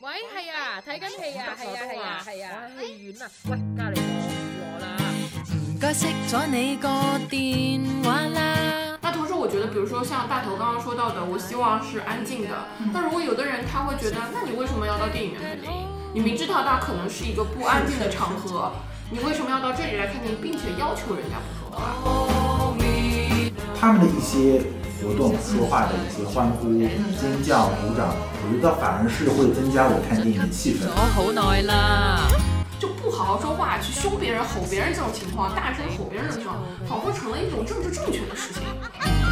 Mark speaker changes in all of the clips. Speaker 1: 喂，係啊，睇緊戲啊，係啊，係啊，係啊，
Speaker 2: 我喺戲院啊，喂，隔離我啦，
Speaker 3: 唔該熄咗你個電話啦。
Speaker 4: 那同时，我觉得，比如说像大头刚刚说到的，我希望是安静的。那如果有的人他会觉得，那你为什么要到电影院看电影？你明知道它可能是一个不安静的场合，你为什么要到这里来看电影，并且要求人家不说话？
Speaker 5: 他们的一些活动、说话的一些欢呼、尖叫、鼓掌，我觉得反而是会增加我看电影的气氛
Speaker 3: 咗。好耐啦，
Speaker 4: 就不好好说话，去凶别人、吼别人这种情况，大声吼别人的情况，仿佛成了一种政治正确的事情。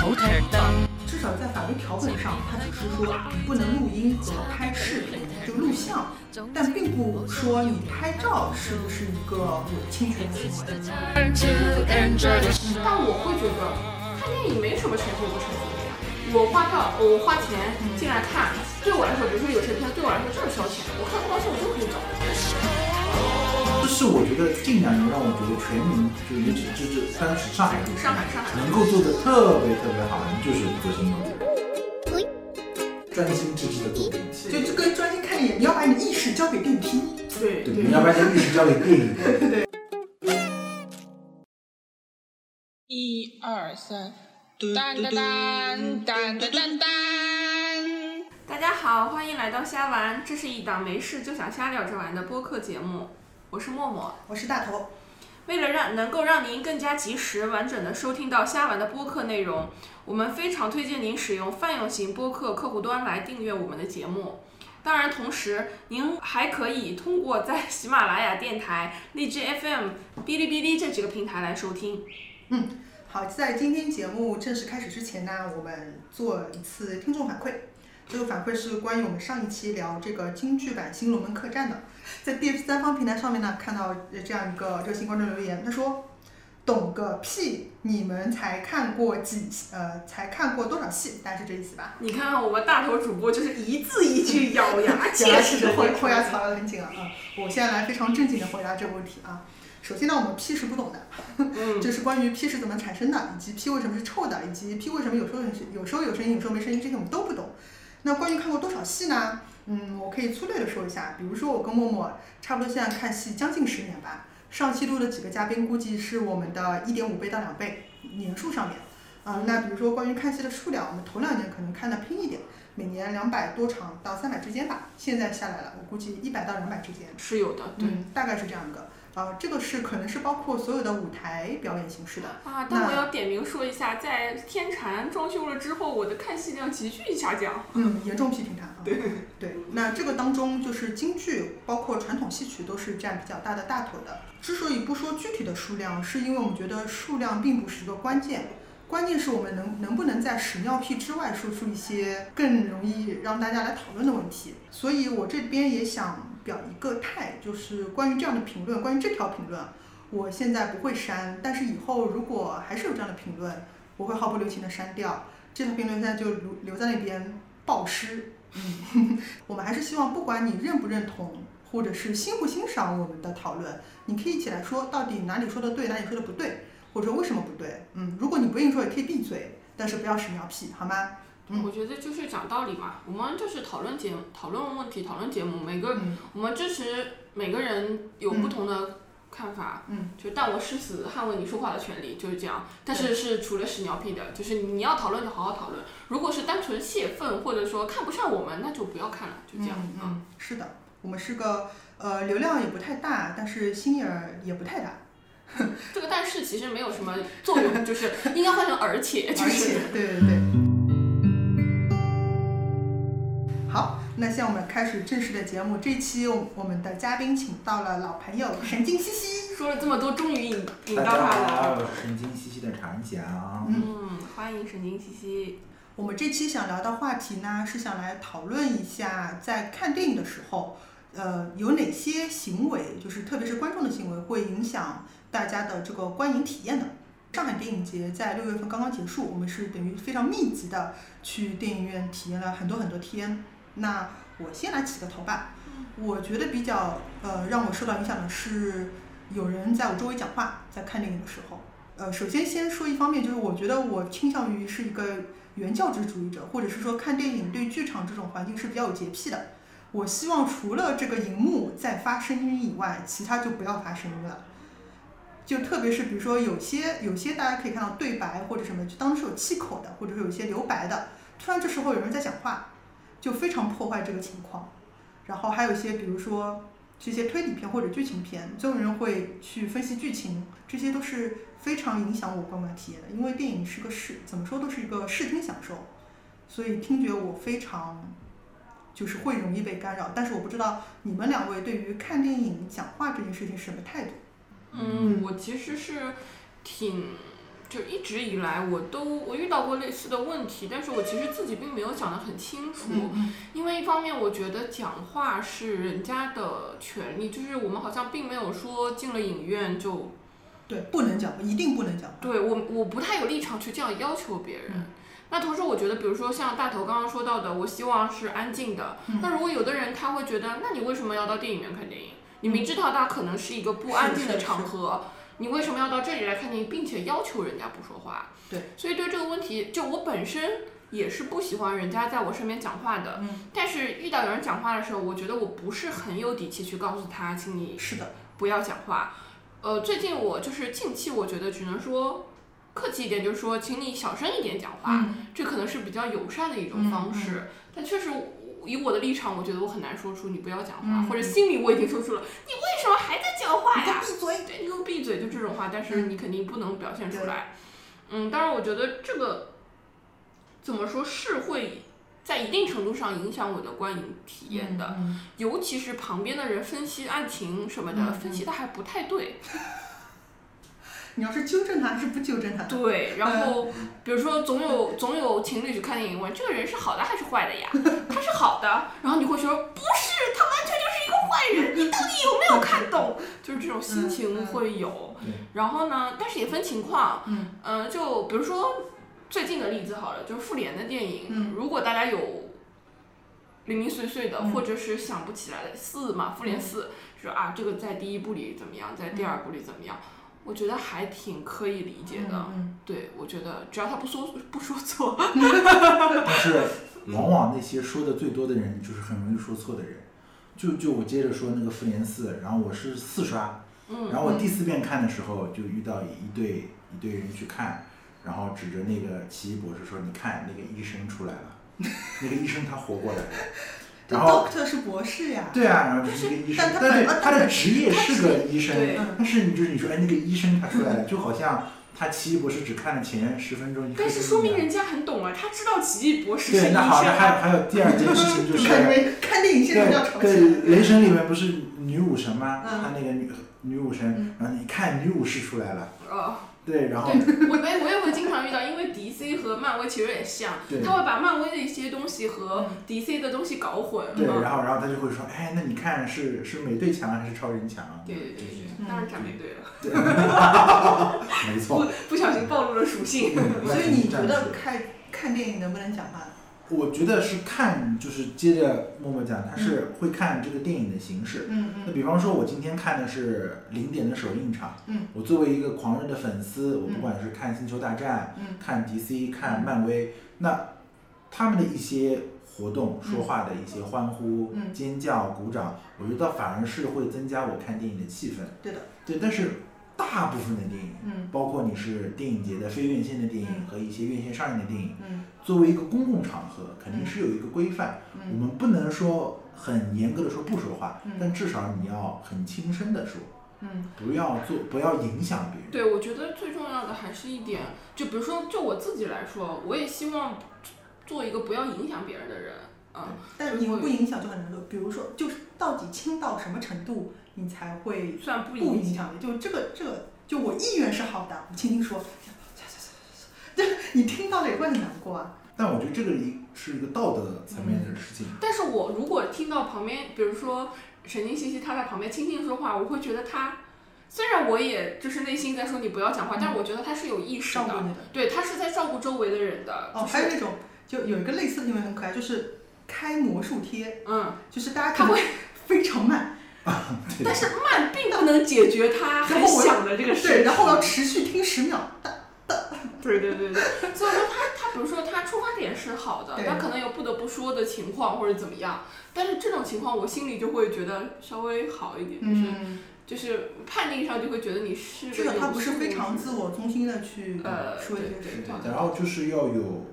Speaker 2: 好踢得，
Speaker 6: 至少在法律条文上，它只是说不能录音和拍视频，就录像，但并不说你拍照是不是一个侵权的行为。
Speaker 4: 但我会觉得看电影没什么成功不成功的呀。我花票，我花钱进来看，对我来说，比如说有些片对我来说就是消遣，我看不高兴我就可以走。
Speaker 5: 就是我觉得这两年让我觉得全民就也只就是当时上海
Speaker 4: 上海，上海。
Speaker 5: 能够做的特别特别好的就是做新闻，专心致志的做电影。
Speaker 6: 就这个专心看电影，你要把你意识交给电梯。
Speaker 4: 对
Speaker 5: 对，你要把这个意识交给电影。
Speaker 1: 一二三，当当当当当当当，
Speaker 4: 大家好，欢迎来到虾玩，这是一档没事就想瞎聊着玩的播客节目，我是默默。
Speaker 6: 我是大头，
Speaker 4: 为了让能够让您更加及时、完整的收听到虾丸的播客内容，我们非常推荐您使用泛用型播客客户端来订阅我们的节目。当然，同时您还可以通过在喜马拉雅电台、荔枝 FM、哔哩哔哩这几个平台来收听。
Speaker 6: 好，在今天节目正式开始之前呢，我们做一次听众反馈。这个反馈是关于我们上一期聊这个京剧版《新龙门客栈》的，在第三方平台上面呢，看到呃这样一个热心观众留言，他说：“懂个屁！你们才看过几呃，才看过多少戏？大概是这意思吧。
Speaker 4: 你看看我们大头主播，就是一字一句咬牙切
Speaker 6: 牙
Speaker 4: 齿
Speaker 6: 齿
Speaker 4: 的
Speaker 6: 的
Speaker 4: 回
Speaker 6: 会会
Speaker 4: 回
Speaker 6: 要槽的很紧了啊！我现在来非常正经的回答这个问题啊。首先呢，我们 P 是不懂的，
Speaker 4: 嗯，
Speaker 6: 就是关于 P 是怎么产生的，以及 P 为什么是臭的，以及 P 为什么有时候有有时候有声音，有时候没声音，这些我们都不懂。那关于看过多少戏呢？嗯，我可以粗略的说一下，比如说我跟默默差不多现在看戏将近十年吧，上期录的几个嘉宾估计是我们的一点五倍到两倍年数上面。啊、那比如说关于看戏的数量，我们头两年可能看的拼一点，每年两百多场到三百之间吧，现在下来了，我估计一百到两百之间。
Speaker 4: 是有的，对、
Speaker 6: 嗯，大概是这样一个。啊，这个是可能是包括所有的舞台表演形式的。
Speaker 4: 啊。但我
Speaker 6: 那
Speaker 4: 要点名说一下，在天蟾装修了之后，我的看戏量急剧下降。
Speaker 6: 嗯，严重批评它。啊、对对，那这个当中就是京剧，包括传统戏曲都是占比较大的大头的。之所以不说具体的数量，是因为我们觉得数量并不是一个关键，关键是我们能能不能在屎尿屁之外说出一些更容易让大家来讨论的问题。所以我这边也想表一个态，就是关于这样的评论，关于这条评论，我现在不会删，但是以后如果还是有这样的评论，我会毫不留情的删掉。这条评论现在就留留在那边暴尸。嗯， 我们还是希望，不管你认不认同，或者是欣不欣赏我们的讨论，你可以一起来说，到底哪里说的对，哪里说的不对，或者说为什么不对。嗯，如果你不愿意说，也可以闭嘴，但是不要屎尿屁，好吗？嗯
Speaker 4: 我觉得就是讲道理嘛，我们就是讨论节目、讨论问题、讨论节目，每个、
Speaker 6: 嗯
Speaker 4: 我们支持每个人有不同的看法，
Speaker 6: 嗯，
Speaker 4: 就但我誓死捍卫你说话的权利，就是这样。但是是除了屎尿屁的，就是你要讨论就好好讨论，如果是单纯泄愤或者说看不上我们，那就不要看了，就这样。啊
Speaker 6: 嗯嗯，是的，我们是个呃流量也不太大，但是心眼儿也不太大，
Speaker 4: 这个但是其实没有什么作用，就是应该换成而 且，就
Speaker 6: 而且
Speaker 4: 是
Speaker 6: 对对对。好，那现在我们开始正式的节目。这一期我我们的嘉宾请到了老朋友神经兮兮，
Speaker 4: 说了这么多，终于引引
Speaker 5: 大
Speaker 4: 到
Speaker 5: 家
Speaker 4: 他
Speaker 5: 好，
Speaker 4: 了。
Speaker 5: 我是神经兮兮的常翔。
Speaker 4: 嗯，欢迎神经兮兮。嗯
Speaker 6: 我们这期想聊的话题呢，是想来讨论一下，在看电影的时候，呃，有哪些行为，就是特别是观众的行为，会影响大家的这个观影体验的。上海电影节在六月份刚刚结束，我们是等于非常密集的去电影院体验了很多很多天。那我先来起个头吧，我觉得比较呃让我受到影响的是，有人在我周围讲话，在看电影的时候。呃，首先先说一方面，就是我觉得我倾向于是一个原教旨主义者，或者是说看电影对剧场这种环境是比较有洁癖的。我希望除了这个荧幕在发声音以外，其他就不要发声音了。就特别是比如说有些有些大家可以看到对白或者什么，就当时有气口的，或者是有一些留白的，突然这时候有人在讲话，就非常破坏这个情况。然后还有一些比如说这些推理片或者剧情片，总有人会去分析剧情，这些都是非常影响我观感体验的，因为电影是个视，怎么说都是一个视听享受，所以听觉我非常。就是会容易被干扰，但是我不知道你们两位对于看电影讲话这件事情是什么态度。
Speaker 4: 嗯，我其实是挺，就一直以来我都我遇到过类似的问题，但是我其实自己并没有讲得很清楚，因为一方面我觉得讲话是人家的权利，就是我们好像并没有说进了影院就
Speaker 6: 对，不能讲，一定不能讲。
Speaker 4: 对我，我不太有立场去这样要求别人。那同时，我觉得，比如说像大头刚刚说到的，我希望是安静的。那如果有的人他会觉得，那你为什么要到电影院看电影？你明知道它可能是一个不安静的
Speaker 6: 是是
Speaker 4: 场合，你为什么要到这里来看电影，并且要求人家不说话？
Speaker 6: 对，
Speaker 4: 所以对这个问题，就我本身也是不喜欢人家在我身边讲话的。
Speaker 6: 嗯，
Speaker 4: 但是遇到有人讲话的时候，我觉得我不是很有底气去告诉他，请你
Speaker 6: 是的，
Speaker 4: 不要讲话。呃，最近我就是近期，我觉得只能说客气一点，就是说，请你小声一点讲话，
Speaker 6: 嗯
Speaker 4: 这可能是比较友善的一种方式。但确实，我以我的立场，我觉得我很难说出你不要讲话，
Speaker 6: 嗯
Speaker 4: 或者心里我已经说出了，你为什么还在讲话哎呀？
Speaker 6: 闭嘴。
Speaker 4: 对，你给我闭嘴，就这种话，但是你肯定不能表现出来。嗯，当然，我觉得这个怎么说是会在一定程度上影响我的观影体验的，尤其是旁边的人分析案情什么的，分析的还不太对。
Speaker 6: 你要是纠正他还是不纠正他？嗯
Speaker 4: 对，然后比如说总有总有情侣去看电影问这个人是好的还是坏的呀？他是好的，然后你会说不是，他完全就是一个坏人，你到底有没有看懂？就是这种心情会有
Speaker 5: 嗯嗯。
Speaker 4: 然后呢，但是也分情况，
Speaker 6: 嗯
Speaker 4: 呃，就比如说最近的例子好了，就是复联的电影
Speaker 6: 嗯，
Speaker 4: 如果大家有。零零碎碎的，
Speaker 6: 嗯
Speaker 4: 或者是想不起来的四嘛，复联四说啊，这个在第一部里怎么样，在第二部里怎么样，我觉得还挺可以理解的。
Speaker 6: 嗯，
Speaker 4: 对，我觉得只要他不说不说错，
Speaker 5: 但是往往那些说的最多的人，就是很容易说错的人。就就我接着说那个复联四，然后我是四刷，
Speaker 4: 嗯
Speaker 5: 然后我第四遍看的时候，就遇到一对一对人去看，然后指着那个奇异博士说：“你看那个医生出来了，那个医生他活 过来了。”
Speaker 6: 对
Speaker 5: 然后
Speaker 6: ，Doctor 是博士呀。
Speaker 5: 对啊，然后就是一个医生，
Speaker 6: 但是
Speaker 5: 但是
Speaker 6: 但
Speaker 5: 他的职业是个医生
Speaker 4: 对，
Speaker 5: 但是你就是你说哎那个医生他出来了，就好像他奇异博士只看了前十分钟，一刻
Speaker 4: 但
Speaker 5: 钟
Speaker 4: 是说
Speaker 5: 一
Speaker 4: 明
Speaker 5: 样
Speaker 4: 人家很懂啊，他知道奇异博士是医
Speaker 5: 对，
Speaker 4: 生
Speaker 5: 那好，那还有
Speaker 4: 啊，
Speaker 5: 还有第二件事 情就是
Speaker 6: 看电影看电影现在要吵
Speaker 5: 对
Speaker 6: 起
Speaker 5: 对，
Speaker 6: 来。
Speaker 5: 雷神里面不是女武神吗？
Speaker 6: 嗯
Speaker 5: 她那个女女武神
Speaker 6: 嗯，
Speaker 5: 然后你看女武士出来了，
Speaker 4: 呃，
Speaker 5: 对，然 后
Speaker 4: 我没我也会经常遇到，因为 DC 和漫威其实也像
Speaker 5: 对，
Speaker 4: 他会把漫威的一些东西和 DC 的东西搞混
Speaker 5: 对，
Speaker 4: 嗯
Speaker 5: 然后然后他就会说，哎，那你看是是美队强还是超人强？啊
Speaker 4: 对对对
Speaker 5: 对，
Speaker 4: 对，当然站没对了，
Speaker 5: 没错
Speaker 4: 不。不小心暴露了属性。
Speaker 5: 嗯
Speaker 6: 所以你觉得？
Speaker 5: 那
Speaker 6: 看看电影能不能讲话？
Speaker 5: 我觉得是看，就是接着默默讲，他是会看这个电影的形式。
Speaker 6: 嗯
Speaker 5: 那
Speaker 6: 嗯
Speaker 5: 比方说，我今天看的是零点的首映场，
Speaker 6: 嗯，
Speaker 5: 我作为一个狂热的粉丝，我不
Speaker 6: 嗯
Speaker 5: 管是看星球大战、
Speaker 6: 嗯
Speaker 5: 看 DC、看漫威，那他们的一些活动、说话的一些欢呼、
Speaker 6: 嗯
Speaker 5: 尖叫、鼓掌，我觉得反而是会增加我看电影的气氛。
Speaker 6: 对的，
Speaker 5: 对，但是大部分的电影，
Speaker 6: 嗯
Speaker 5: 包括你是电影节的非院线的电影
Speaker 6: 嗯
Speaker 5: 和一些院线上映的电影，
Speaker 6: 嗯
Speaker 5: 作为一个公共场合，肯定是有一个规范。我
Speaker 6: 嗯
Speaker 5: 们不能说很严格的说不说话，
Speaker 6: 嗯
Speaker 5: 但至少你要很轻声的说，
Speaker 6: 嗯
Speaker 5: 不要做，不要影响别人。
Speaker 4: 对，我觉得最重要的还是一点，就比如说就我自己来说，我也希望做一个不要影响别人的人，嗯。
Speaker 6: 但你不影响就很难说。比如说，就是到底轻到什么程度，你才会
Speaker 4: 算不
Speaker 6: 不
Speaker 4: 影
Speaker 6: 影
Speaker 4: 响。
Speaker 6: 响？就这个这个，就我意愿是好的，我轻轻说。对，你听到了也会很难过啊。
Speaker 5: 但我觉得这个一是一个道德层面的事情。
Speaker 4: 但是我如果听到旁边，比如说神经兮兮他在旁边轻轻说话，我会觉得他虽然我也就是内心在说你不要讲话，但是我觉得他是有意识
Speaker 6: 嗯照顾
Speaker 4: 的，
Speaker 6: 你的。
Speaker 4: 对，他是在照顾周围的人的。
Speaker 6: 哦，
Speaker 4: 就是
Speaker 6: 还有那种，就有一个类似的行为很可爱，就是开魔术贴，
Speaker 4: 嗯，
Speaker 6: 就是大家
Speaker 4: 他
Speaker 6: 可
Speaker 4: 会
Speaker 6: 能非常慢，嗯
Speaker 4: 但是慢并不能解决他很想的这个事。
Speaker 6: 对，然后我要持续听十秒，
Speaker 4: 对对对对，所以我说他他比如说他出发点是好的，
Speaker 6: 对
Speaker 4: 他可能有不得不说的情况或者怎么样，但是这种情况我心里就会觉得稍微好一点，就是
Speaker 6: 嗯，
Speaker 4: 就是判定上就会觉得你是
Speaker 6: 至少他不是非常自我中心的去
Speaker 4: 呃
Speaker 6: 说一些
Speaker 4: 对
Speaker 6: 事
Speaker 4: 对
Speaker 6: 情。
Speaker 5: 然后就是要有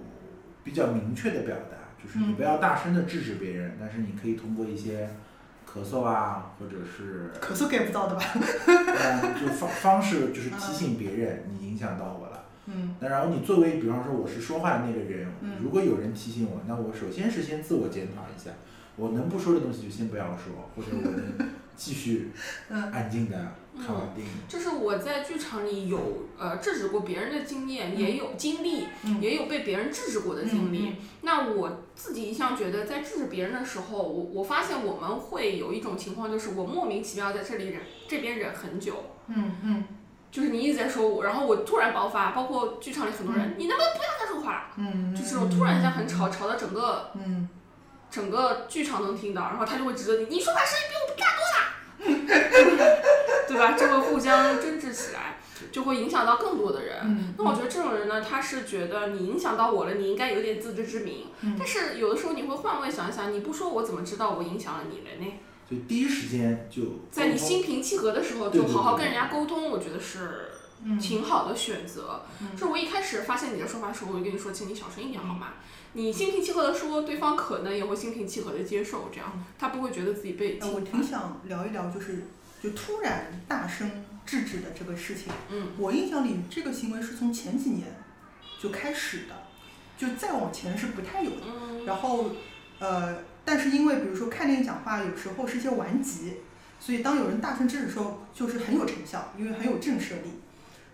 Speaker 5: 比较明确的表达，就是你
Speaker 6: 嗯
Speaker 5: 不要大声的制止别人，但是你可以通过一些咳嗽啊，或者是
Speaker 6: 咳嗽 get 不到的吧？
Speaker 5: 嗯，就 方方式就是提醒别人，你影响到我了。
Speaker 6: 嗯
Speaker 5: 那然后你作为，比方说我是说话的那个人
Speaker 6: 嗯，
Speaker 5: 如果有人提醒我，那我首先是先自我检讨一下，我能不说的东西就先不要说，或者我能继续
Speaker 6: 嗯
Speaker 5: 安静的看完电影。
Speaker 4: 就是我在剧场里有呃制止过别人的经验，也有经历，
Speaker 6: 嗯
Speaker 4: 也有被别人制止过的经历。
Speaker 6: 嗯
Speaker 4: 那我自己一向觉得，在制止别人的时候，我我发现我们会有一种情况，就是我莫名其妙在这里忍这边忍很久。
Speaker 6: 嗯嗯
Speaker 4: 就是你一直在说我，然后我突然爆发，包括剧场里很多人，你能不能不要再说话了？
Speaker 6: 嗯，
Speaker 4: 就这种突然一下很吵，吵到整个
Speaker 6: 嗯，
Speaker 4: 整个剧场能听到，然后他就会指责你，你说话声音比我们大多了，对吧？ 就会互相争执起来，就会影响到更多的人。
Speaker 6: 嗯
Speaker 4: 那我觉得这种人呢，他是觉得你影响到我了，你应该有点自知之明。
Speaker 6: 嗯
Speaker 4: 但是有的时候你会换位想一想，你不说我怎么知道我影响了你了呢？
Speaker 5: 所以第一时间就
Speaker 4: 在你
Speaker 5: 沟通
Speaker 4: 心平气和的时候，
Speaker 5: 对
Speaker 4: 就好好
Speaker 5: 对
Speaker 4: 跟
Speaker 5: 对
Speaker 4: 人家沟通，我觉得是
Speaker 6: 嗯
Speaker 4: 挺好的选择。
Speaker 6: 嗯
Speaker 4: 就是我一开始发现你的说法时候，我就跟你说，请你小声一点好吗？你心平气和的说，对方可能也会心平气和的接受，这样他不会觉得自己被
Speaker 6: 呃我
Speaker 4: 侵
Speaker 6: 挺
Speaker 4: 犯。
Speaker 6: 想聊一聊，就是就突然大声制止的这个事情。
Speaker 4: 嗯，
Speaker 6: 我印象里这个行为是从前几年就开始的，就再往前是不太有的。
Speaker 4: 嗯，
Speaker 6: 然后，呃，但是因为比如说看电影讲话，有时候是一些顽疾，所以当有人大声制止的时候，就是很有成效，因为很有震慑力。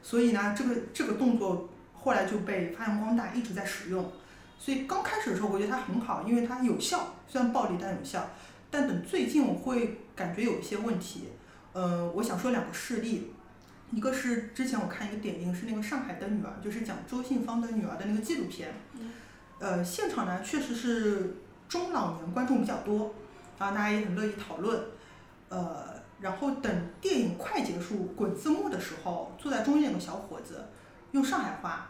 Speaker 6: 所以呢，这个这个动作后来就被发扬光大，一直在使用。所以刚开始的时候，我觉得它很好，因为它有效，虽然暴力但有效。但等最近，我会感觉有一些问题。呃，我想说两个事例，一个是之前我看一个点映是那个《上海的女儿》，就是讲周信芳的女儿的那个纪录片。呃，现场呢确实是中老年观众比较多，然后大家也很乐意讨论。呃，然后等电影快结束滚字幕的时候，坐在中间有个小伙子用上海话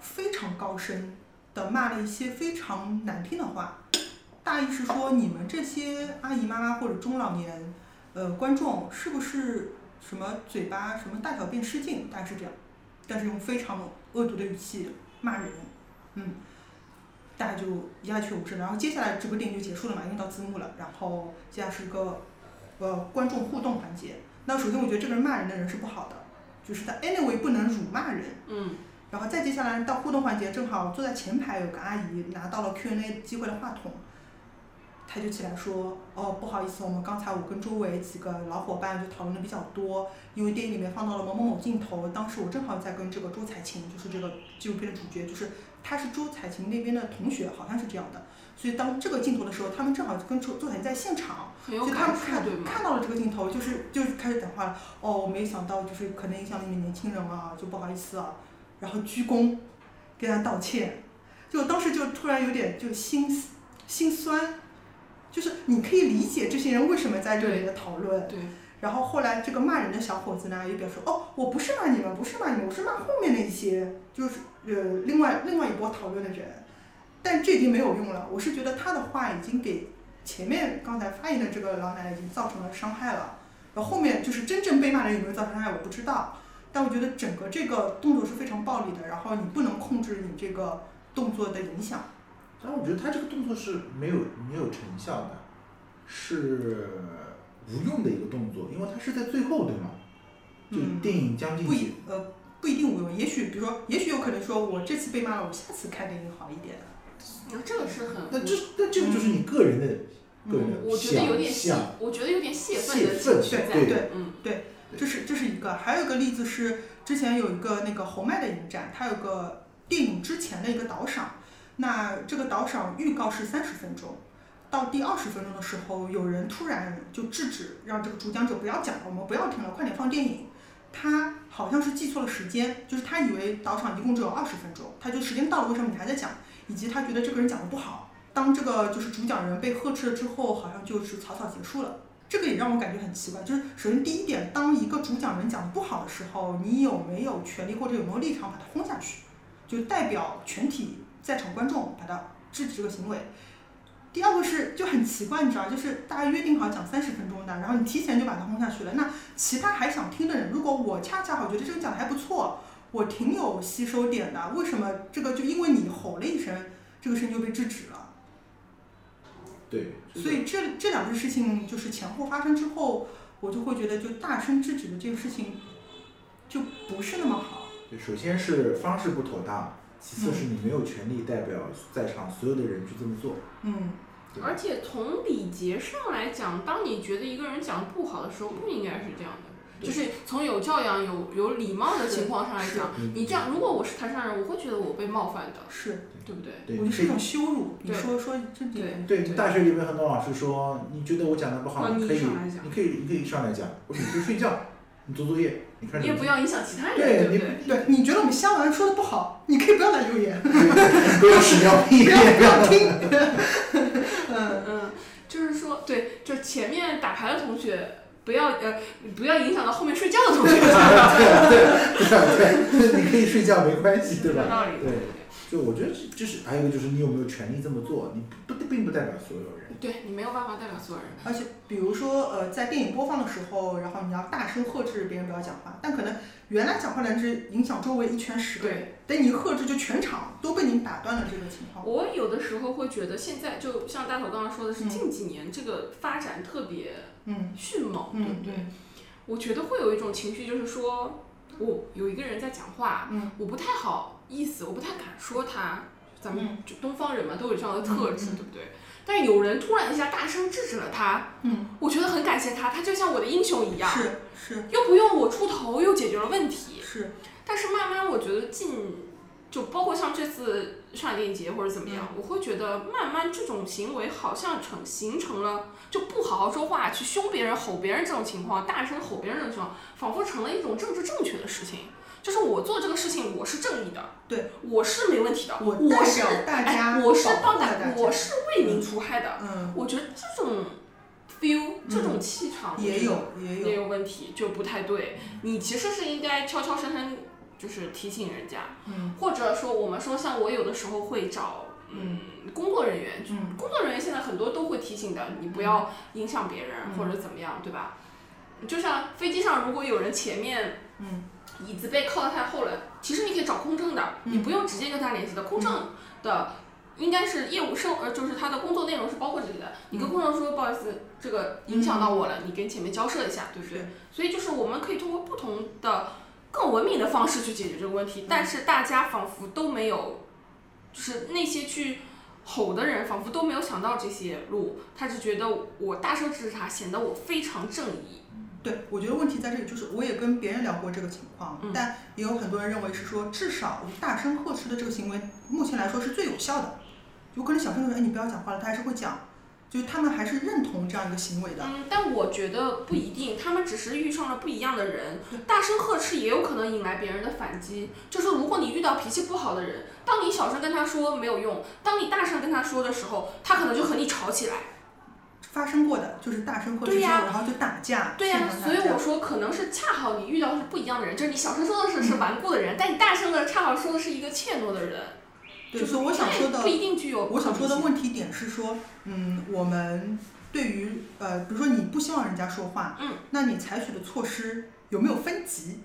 Speaker 6: 非常高声的骂了一些非常难听的话，大意是说你们这些阿姨妈妈或者中老年呃观众是不是什么嘴巴什么大小便失禁，大概是这样，但是用非常恶毒的语气骂人，嗯。大家就一下全无声，然后接下来这部电影就结束了嘛，因为到字幕了，然后接下来是一个呃观众互动环节。那首先我觉得这个人骂人的人是不好的，就是他 anyway 不能辱骂人。
Speaker 4: 嗯
Speaker 6: 然后再接下来到互动环节，正好坐在前排有个阿姨拿到了 Q&A 机会的话筒，她就起来说：“哦，不好意思，我们刚才我跟周围几个老伙伴就讨论的比较多，因为电影里面放到了某某某镜头，当时我正好在跟这个周采芹，就是这个纪录片的主角，就是他是周采芹那边的同学，好像是这样的。所以当这个镜头的时候，他们正好跟周周采芹在现场。”
Speaker 4: 很有
Speaker 6: 就他
Speaker 4: 感
Speaker 6: 们
Speaker 4: 触，
Speaker 6: 看
Speaker 4: 对吗？
Speaker 6: 看到了这个镜头，就是就是开始讲话了。哦，我没想到，就是可能影响了你们年轻人啊，就不好意思啊，然后鞠躬，跟他道歉。就当时就突然有点就心心酸，就是你可以理解这些人为什么在这里的讨论，
Speaker 4: 对，
Speaker 6: 然后后来这个骂人的小伙子呢，也表示哦，我不是骂你们，不是骂你们，我是骂后面那些，就是呃另外另外一波讨论的人。但这已经没有用了，我是觉得他的话已经给前面刚才发言的这个老奶奶已经造成了伤害了，然后后面就是真正被骂的人有没有造成伤害我不知道，但我觉得整个这个动作是非常暴力的，然后你不能控制你这个动作的影响。
Speaker 5: 但我觉得他这个动作是没有没有成效的，是无用的一个动作，因为他是在最后，对吗？就
Speaker 6: 嗯
Speaker 5: 电影将近
Speaker 6: 不
Speaker 5: 结
Speaker 6: 一呃不一定无用，也许比如说，也许有可能说我这次被骂了，我下次看电影好一点。
Speaker 4: 然后这个是很，
Speaker 5: 那这那这个就是你个人的、个人
Speaker 6: 嗯
Speaker 5: 的
Speaker 4: 我觉得有点泄
Speaker 5: 想，
Speaker 4: 我觉得有点泄愤的
Speaker 5: 泄愤
Speaker 4: 情绪在，
Speaker 5: 对
Speaker 6: 对
Speaker 4: 嗯
Speaker 6: 这是这是一个，还有一个例子是之前有一个那个侯麦的影展，它有个电影之前的一个导赏，那这个导赏预告是三十分钟，到第二十分钟的时候，有人突然就制止，让这个主讲者不要讲了，我们不要听了，快点放电影。他好像是记错了时间，就是他以为导赏一共只有二十分钟，他就时间到了，为什么你还在讲？以及他觉得这个人讲的不好。当这个就是主讲人被呵斥了之后，好像就是草草结束了。这个也让我感觉很奇怪，就是首先第一点，当一个主讲人讲的不好的时候，你有没有权利或者有没有立场把他轰下去？就代表全体在场观众把它制止这个行为。第二个是就很奇怪，你知道，就是大家约定好讲三十分钟的，然后你提前就把它轰下去了。那其他还想听的人，如果我恰恰好觉得这个讲的还不错，我挺有吸收点的，为什么这个就因为你吼了一声，这个事情就被制止了？
Speaker 5: 对，
Speaker 6: 所以这这两件事情就是前后发生之后，我就会觉得就大声制止的这个事情就不是那么好。
Speaker 5: 对，首先是方式不妥当，其次
Speaker 4: 嗯
Speaker 5: 是你没有权利代表在场所有的人去这么做。
Speaker 6: 嗯，
Speaker 5: 对
Speaker 4: 而且从礼节上来讲，当你觉得一个人讲得不好的时候，不应该是这样的。
Speaker 5: 对
Speaker 4: 就是从有教养、有有礼貌的情况上来讲，
Speaker 5: 嗯
Speaker 4: 你这样，如果我是台上人，我会觉得我被冒犯的，
Speaker 6: 是，
Speaker 4: 对不对？
Speaker 5: 对，
Speaker 6: 我觉得是一
Speaker 5: 这
Speaker 6: 种羞辱。你
Speaker 4: 对
Speaker 6: 说说这里面
Speaker 5: 对大学里面很多老师说，你觉得我讲的不好，
Speaker 4: 啊
Speaker 5: 你
Speaker 4: 你
Speaker 5: 可以
Speaker 4: 上来，讲
Speaker 5: 你可以，你可以上来讲，我说你去睡觉，你做作业，你看
Speaker 4: 你
Speaker 5: 手
Speaker 4: 也
Speaker 5: 机
Speaker 4: 不，要影响其他人，
Speaker 5: 对
Speaker 4: 不
Speaker 5: 你
Speaker 4: 对？
Speaker 6: 对，你觉得我们虾丸说的不好，你可以不要来留言，
Speaker 5: 你不要屎尿屁，
Speaker 6: 不要不
Speaker 5: 不
Speaker 6: 要
Speaker 5: 要
Speaker 6: 听。嗯，
Speaker 4: 嗯，就是说，对，就是前面打牌的同学，不要呃，不要影响到后面睡觉的同学。
Speaker 5: 对，你可以睡觉没关系，对
Speaker 4: 有
Speaker 5: 吧？
Speaker 4: 道理
Speaker 5: 对，就我觉得这这是还有一个就是你有没有权利这么做，你不不并不代表所有人。
Speaker 4: 对你没有办法代表所有人。
Speaker 6: 而且比如说呃，在电影播放的时候，然后你要大声呵斥别人不要讲话，但可能原来讲话两只影响周围一圈十个人，
Speaker 4: 对
Speaker 6: 等你一呵斥，就全场都被你打断了这个情况。
Speaker 4: 我有的时候会觉得，现在就像大头刚刚说的是，
Speaker 6: 嗯
Speaker 4: 近几年这个发展特别
Speaker 6: 嗯
Speaker 4: 迅猛，对
Speaker 6: 嗯
Speaker 4: 不对？我觉得会有一种情绪，就是说，我、有一个人在讲话，
Speaker 6: 嗯
Speaker 4: 我不太好意思，我不太敢说他。咱
Speaker 6: 嗯
Speaker 4: 们就东方人嘛，都有这样的特质，
Speaker 6: 嗯嗯
Speaker 4: 对不对？但有人突然一下大声制止了他，
Speaker 6: 嗯，
Speaker 4: 我觉得很感谢他，他就像我的英雄一样，
Speaker 6: 是是
Speaker 4: 又不用我出头，又解决了问题。
Speaker 6: 是，
Speaker 4: 但是慢慢我觉得近，就包括像这次上海电影节或者怎么样，
Speaker 6: 嗯
Speaker 4: 我会觉得慢慢这种行为好像成形成了，就不好好说话，去凶别人、吼别人这种情况，大声吼别人这种情况，仿佛成了一种政治正确的事情。就是我做这个事情，我是正义的，
Speaker 6: 对，
Speaker 4: 我是没问题的，
Speaker 6: 我
Speaker 4: 我
Speaker 6: 代
Speaker 4: 是
Speaker 6: 表大家
Speaker 4: 哎，我是
Speaker 6: 保护
Speaker 4: 帮
Speaker 6: 了大家
Speaker 4: 我是为民除害的。
Speaker 6: 嗯，
Speaker 4: 我觉得这种 feel，这种气场我觉
Speaker 6: 也
Speaker 4: 得
Speaker 6: 有也
Speaker 4: 也
Speaker 6: 有，
Speaker 4: 有问题，就不太对。你其实是应该悄悄声声，就是提醒人家，
Speaker 6: 嗯
Speaker 4: 或者说我们说，像我有的时候会找嗯工作人员，
Speaker 6: 嗯
Speaker 4: 工作人员现在很多都会提醒的，你不要影响别人
Speaker 6: 嗯
Speaker 4: 或者怎么样，对吧？就像飞机上，如果有人前面
Speaker 6: 嗯
Speaker 4: 椅子被靠得太后了，其实你可以找空乘的，
Speaker 6: 嗯
Speaker 4: 你不用直接跟他联系的，空乘的。应该是业务生，呃，就是他的工作内容是包括这
Speaker 6: 嗯
Speaker 4: 里的。你跟空乘说，不好意思，这个影响到我了，你跟前面交涉一下，对不对
Speaker 6: 是？
Speaker 4: 所以就是我们可以通过不同的、更文明的方式去解决这个问题，但是大家仿佛都没有，就是那些去吼的人仿佛都没有想到这些路，他只觉得我大声制止他，显得我非常正义。
Speaker 6: 对，我觉得问题在这里，就是我也跟别人聊过这个情况，
Speaker 4: 嗯
Speaker 6: 但也有很多人认为是说，至少大声呵斥的这个行为，目前来说是最有效的。有可能小声说，哎，你不要讲话了，他还是会讲，就是他们还是认同这样一个行为的。
Speaker 4: 嗯，但我觉得不一定，他们只是遇上了不一样的人，大声呵斥也有可能引来别人的反击。就是如果你遇到脾气不好的人，当你小声跟他说没有用，当你大声跟他说的时候，他可能就和你吵起来。
Speaker 6: 发生过的，就是大声呵斥之
Speaker 4: 对
Speaker 6: 后，
Speaker 4: 呀
Speaker 6: 然后就打架，
Speaker 4: 对呀、
Speaker 6: 现场
Speaker 4: 所以
Speaker 6: 打架
Speaker 4: 我说可能是恰好你遇到的是不一样的人，就是你小声说的是是顽固的人，但你大声的恰好说的是一个怯懦的人，
Speaker 6: 对，
Speaker 4: 就是
Speaker 6: 所以我想说的
Speaker 4: 不，一定具有
Speaker 6: 我想说的
Speaker 4: 可
Speaker 6: 问题点是说，嗯，我们对于呃，比如说你不希望人家说话，
Speaker 4: 嗯，
Speaker 6: 那你采取的措施有没有分级？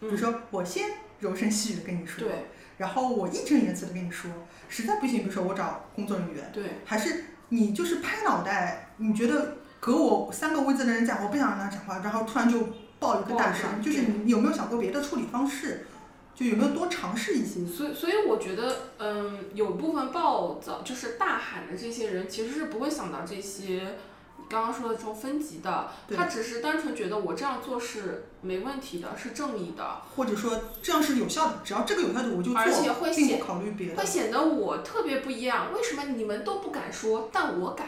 Speaker 6: 比如
Speaker 4: 能性，
Speaker 6: 说我先柔声细语的跟你
Speaker 4: 嗯，
Speaker 6: 说，
Speaker 4: 对
Speaker 6: 然后我义正言辞的跟你说，实在不行，比如说我找工作人员，
Speaker 4: 对，
Speaker 6: 还是你就是拍脑袋，你觉得隔我三个位置的人讲，我不想让他讲话，然后突然就爆一个
Speaker 4: 爆
Speaker 6: 大
Speaker 4: 一下
Speaker 6: 声，就是
Speaker 4: 对
Speaker 6: 你有没有想过别的处理方式？就有没有多尝试一些？
Speaker 4: 所以所以我觉得，嗯，有部分暴躁就是大喊的这些人，其实是不会想到这些你刚刚说的这种分级的，
Speaker 6: 对
Speaker 4: 他只是单纯觉得我这样做是没问题的，是正义的，
Speaker 6: 或者说这样是有效的，只要这个有效的我就做，
Speaker 4: 而且会
Speaker 6: 并
Speaker 4: 显
Speaker 6: 不考虑别的
Speaker 4: 会。显得我特别不一样。为什么你们都不敢说，但我敢？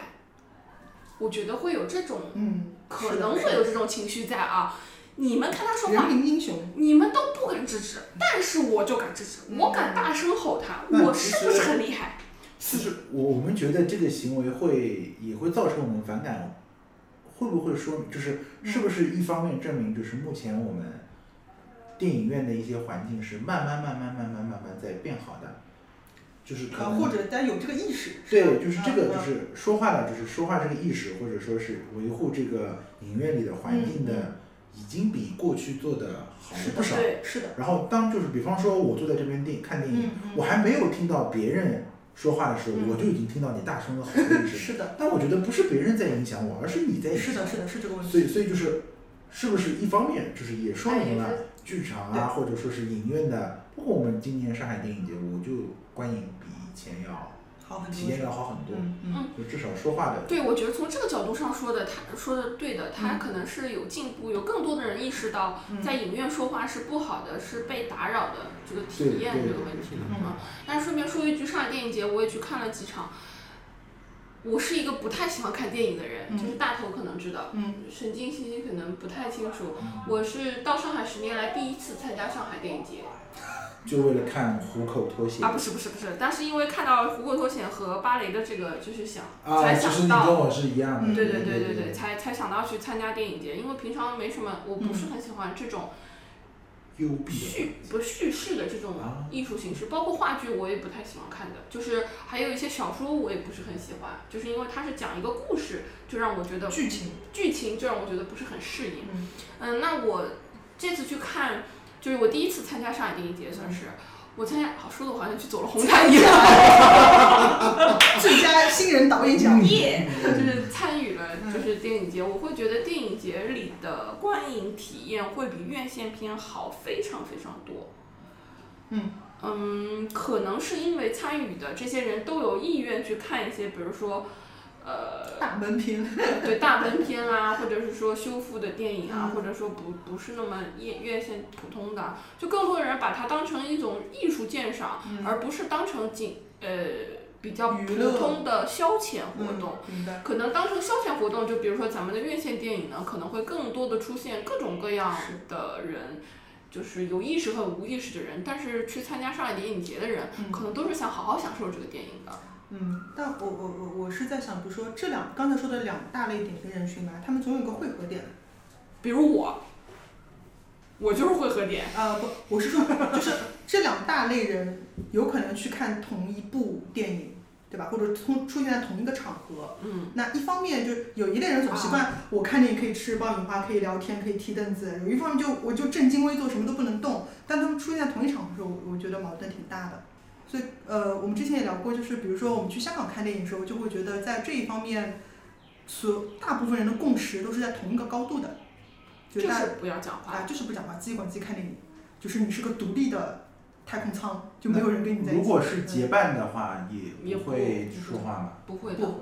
Speaker 4: 我觉得会有这种，
Speaker 6: 嗯，
Speaker 4: 可
Speaker 6: 是的
Speaker 4: 能
Speaker 6: 是
Speaker 4: 会
Speaker 6: 的
Speaker 4: 有这种情绪在啊。你们看他说
Speaker 6: 人
Speaker 4: 话，
Speaker 6: 民英雄，
Speaker 4: 你们都不敢制止，但是我就敢制止，
Speaker 6: 嗯
Speaker 4: 我敢大声吼他，
Speaker 5: 那
Speaker 4: 我
Speaker 5: 其
Speaker 4: 是不是
Speaker 5: 实
Speaker 4: 很厉害？
Speaker 5: 其实我我们觉得这个行为会也会造成我们反感，会不会说就是是不是一方面证明就是目前我们电影院的一些环境是慢慢慢慢慢慢慢慢在变好的，就是可
Speaker 4: 嗯
Speaker 6: 呃，
Speaker 5: 能
Speaker 6: 或者大家有这个意识。吧
Speaker 5: 对，就是这个，
Speaker 6: 嗯
Speaker 5: 就
Speaker 6: 嗯
Speaker 5: 是说话呢，就是说话这个意识，或者说是维护这个影院里的环境的，已经比过去做的好
Speaker 6: 嗯是
Speaker 5: 了不
Speaker 6: 的，
Speaker 5: 少。
Speaker 6: 对，嗯是的，
Speaker 5: 然后当就是比方说，我坐在这边电看电影
Speaker 6: 嗯嗯，
Speaker 5: 我还没有听到别人说话的时候，
Speaker 6: 嗯
Speaker 5: 我就已经听到你大声的吼了一声。
Speaker 6: 是的，
Speaker 5: 但我觉得不是别人在影响我，而是你在影
Speaker 6: 是
Speaker 5: 响我。
Speaker 6: 的，是的，是这个问
Speaker 5: 所
Speaker 6: 题。
Speaker 5: 以，所以就是，是不是一方面就是也说明了剧场啊，或者说是影院的，包括我们今年上海电影节，我就观影比以前要
Speaker 6: 好，很
Speaker 5: 体验
Speaker 6: 多。
Speaker 5: 要好很多。
Speaker 6: 嗯嗯，
Speaker 5: 就至少说话的
Speaker 4: 对，我觉得从这个角度上说的，他说的对的，他可能是有进步，有更多的人意识到
Speaker 6: 嗯
Speaker 4: 在影院说话是不好的，是被打扰的这个体
Speaker 5: 对
Speaker 4: 验这
Speaker 5: 对
Speaker 4: 个问题了
Speaker 5: 嗯
Speaker 4: 啊。但是顺便说一句，上海电影节我也去看了几场。我是一个不太喜欢看电影的人，
Speaker 6: 嗯
Speaker 4: 就是大头可能知道，
Speaker 6: 嗯
Speaker 4: 神经信息可能不太清楚。
Speaker 5: 嗯
Speaker 4: 我是到上海十年来第一次参加上海电影节，
Speaker 5: 就为了看虎口脱险
Speaker 4: 啊，不是不是不是，但是因为看到《虎口脱险》和芭蕾的这个，就是想、才
Speaker 5: 啊其
Speaker 4: 想
Speaker 5: 实你跟
Speaker 4: 到，
Speaker 5: 我是一样的。
Speaker 6: 嗯
Speaker 4: 对
Speaker 5: 对
Speaker 4: 对对
Speaker 5: 对
Speaker 4: 对，才才想到去参加电影节，因为平常没什么，我不是很喜欢这种
Speaker 5: 幽闭
Speaker 4: 叙不叙事的这种
Speaker 5: 啊
Speaker 4: 艺术形式，包括话剧我也不太喜欢看的，就是还有一些小说我也不是很喜欢，就是因为它是讲一个故事，就让我觉得
Speaker 6: 剧情，
Speaker 4: 剧情就让我觉得不是很适应。
Speaker 6: 嗯
Speaker 4: 嗯，那我这次去看，就是我第一次参加上海电影节，算是我参加，好说的我好像去走了红毯一样。
Speaker 6: 最佳新人导演奖。
Speaker 4: 耶，就是参与了
Speaker 6: 嗯
Speaker 4: 就是电影节，我会觉得电影节里的观影体验会比院线片好非常非常多。
Speaker 6: 嗯
Speaker 4: 嗯，可能是因为参与的这些人都有意愿去看一些，比如说， 呃，
Speaker 6: 大门片，
Speaker 4: 对大文片啊，或者是说修复的电影啊
Speaker 6: 嗯，
Speaker 4: 或者说不不是那么院院线普通的，就更多的人把它当成一种艺术鉴赏，而不是当成仅呃比较
Speaker 6: 嗯娱
Speaker 4: 普
Speaker 6: 乐
Speaker 4: 通的消遣活动。
Speaker 6: 嗯，明白。
Speaker 4: 可能当成消遣活动，就比如说咱们的院线电影呢，可能会更多的出现各种各样的人，就是有意识和无意识的人。但是去参加上海电影节的人，
Speaker 6: 嗯
Speaker 4: 可能都是想好好享受这个电影的。
Speaker 6: 嗯，但我我我我是在想，比如说这两刚才说的两大类点跟人群吧，他们总有一个汇合点。
Speaker 4: 比如我，我就是会喝点。
Speaker 6: 呃，不，我是说，就是这两大类人有可能去看同一部电影，对吧？或者同出现在同一个场合。
Speaker 4: 嗯，
Speaker 6: 那一方面就是有一类人总习惯，我看电影可以吃爆米花，可以聊天，可以踢凳子；有一方面就我就正襟危坐，什么都不能动。但他们出现在同一场合的时候，我我觉得矛盾挺大的。所以，呃，我们之前也聊过，就是比如说我们去香港看电影的时候，就会觉得在这一方面，所大部分人的共识都是在同一个高度的，
Speaker 4: 就
Speaker 6: 大
Speaker 4: 是不要讲话。
Speaker 6: 啊，就是不讲话，自己管自己看电影，就是你是个独立的太空舱，就没有人跟你在一起。
Speaker 5: 如果是结伴的话，也
Speaker 4: 也
Speaker 5: 不
Speaker 4: 不
Speaker 5: 会说话嘛，
Speaker 4: 不会的
Speaker 6: 不，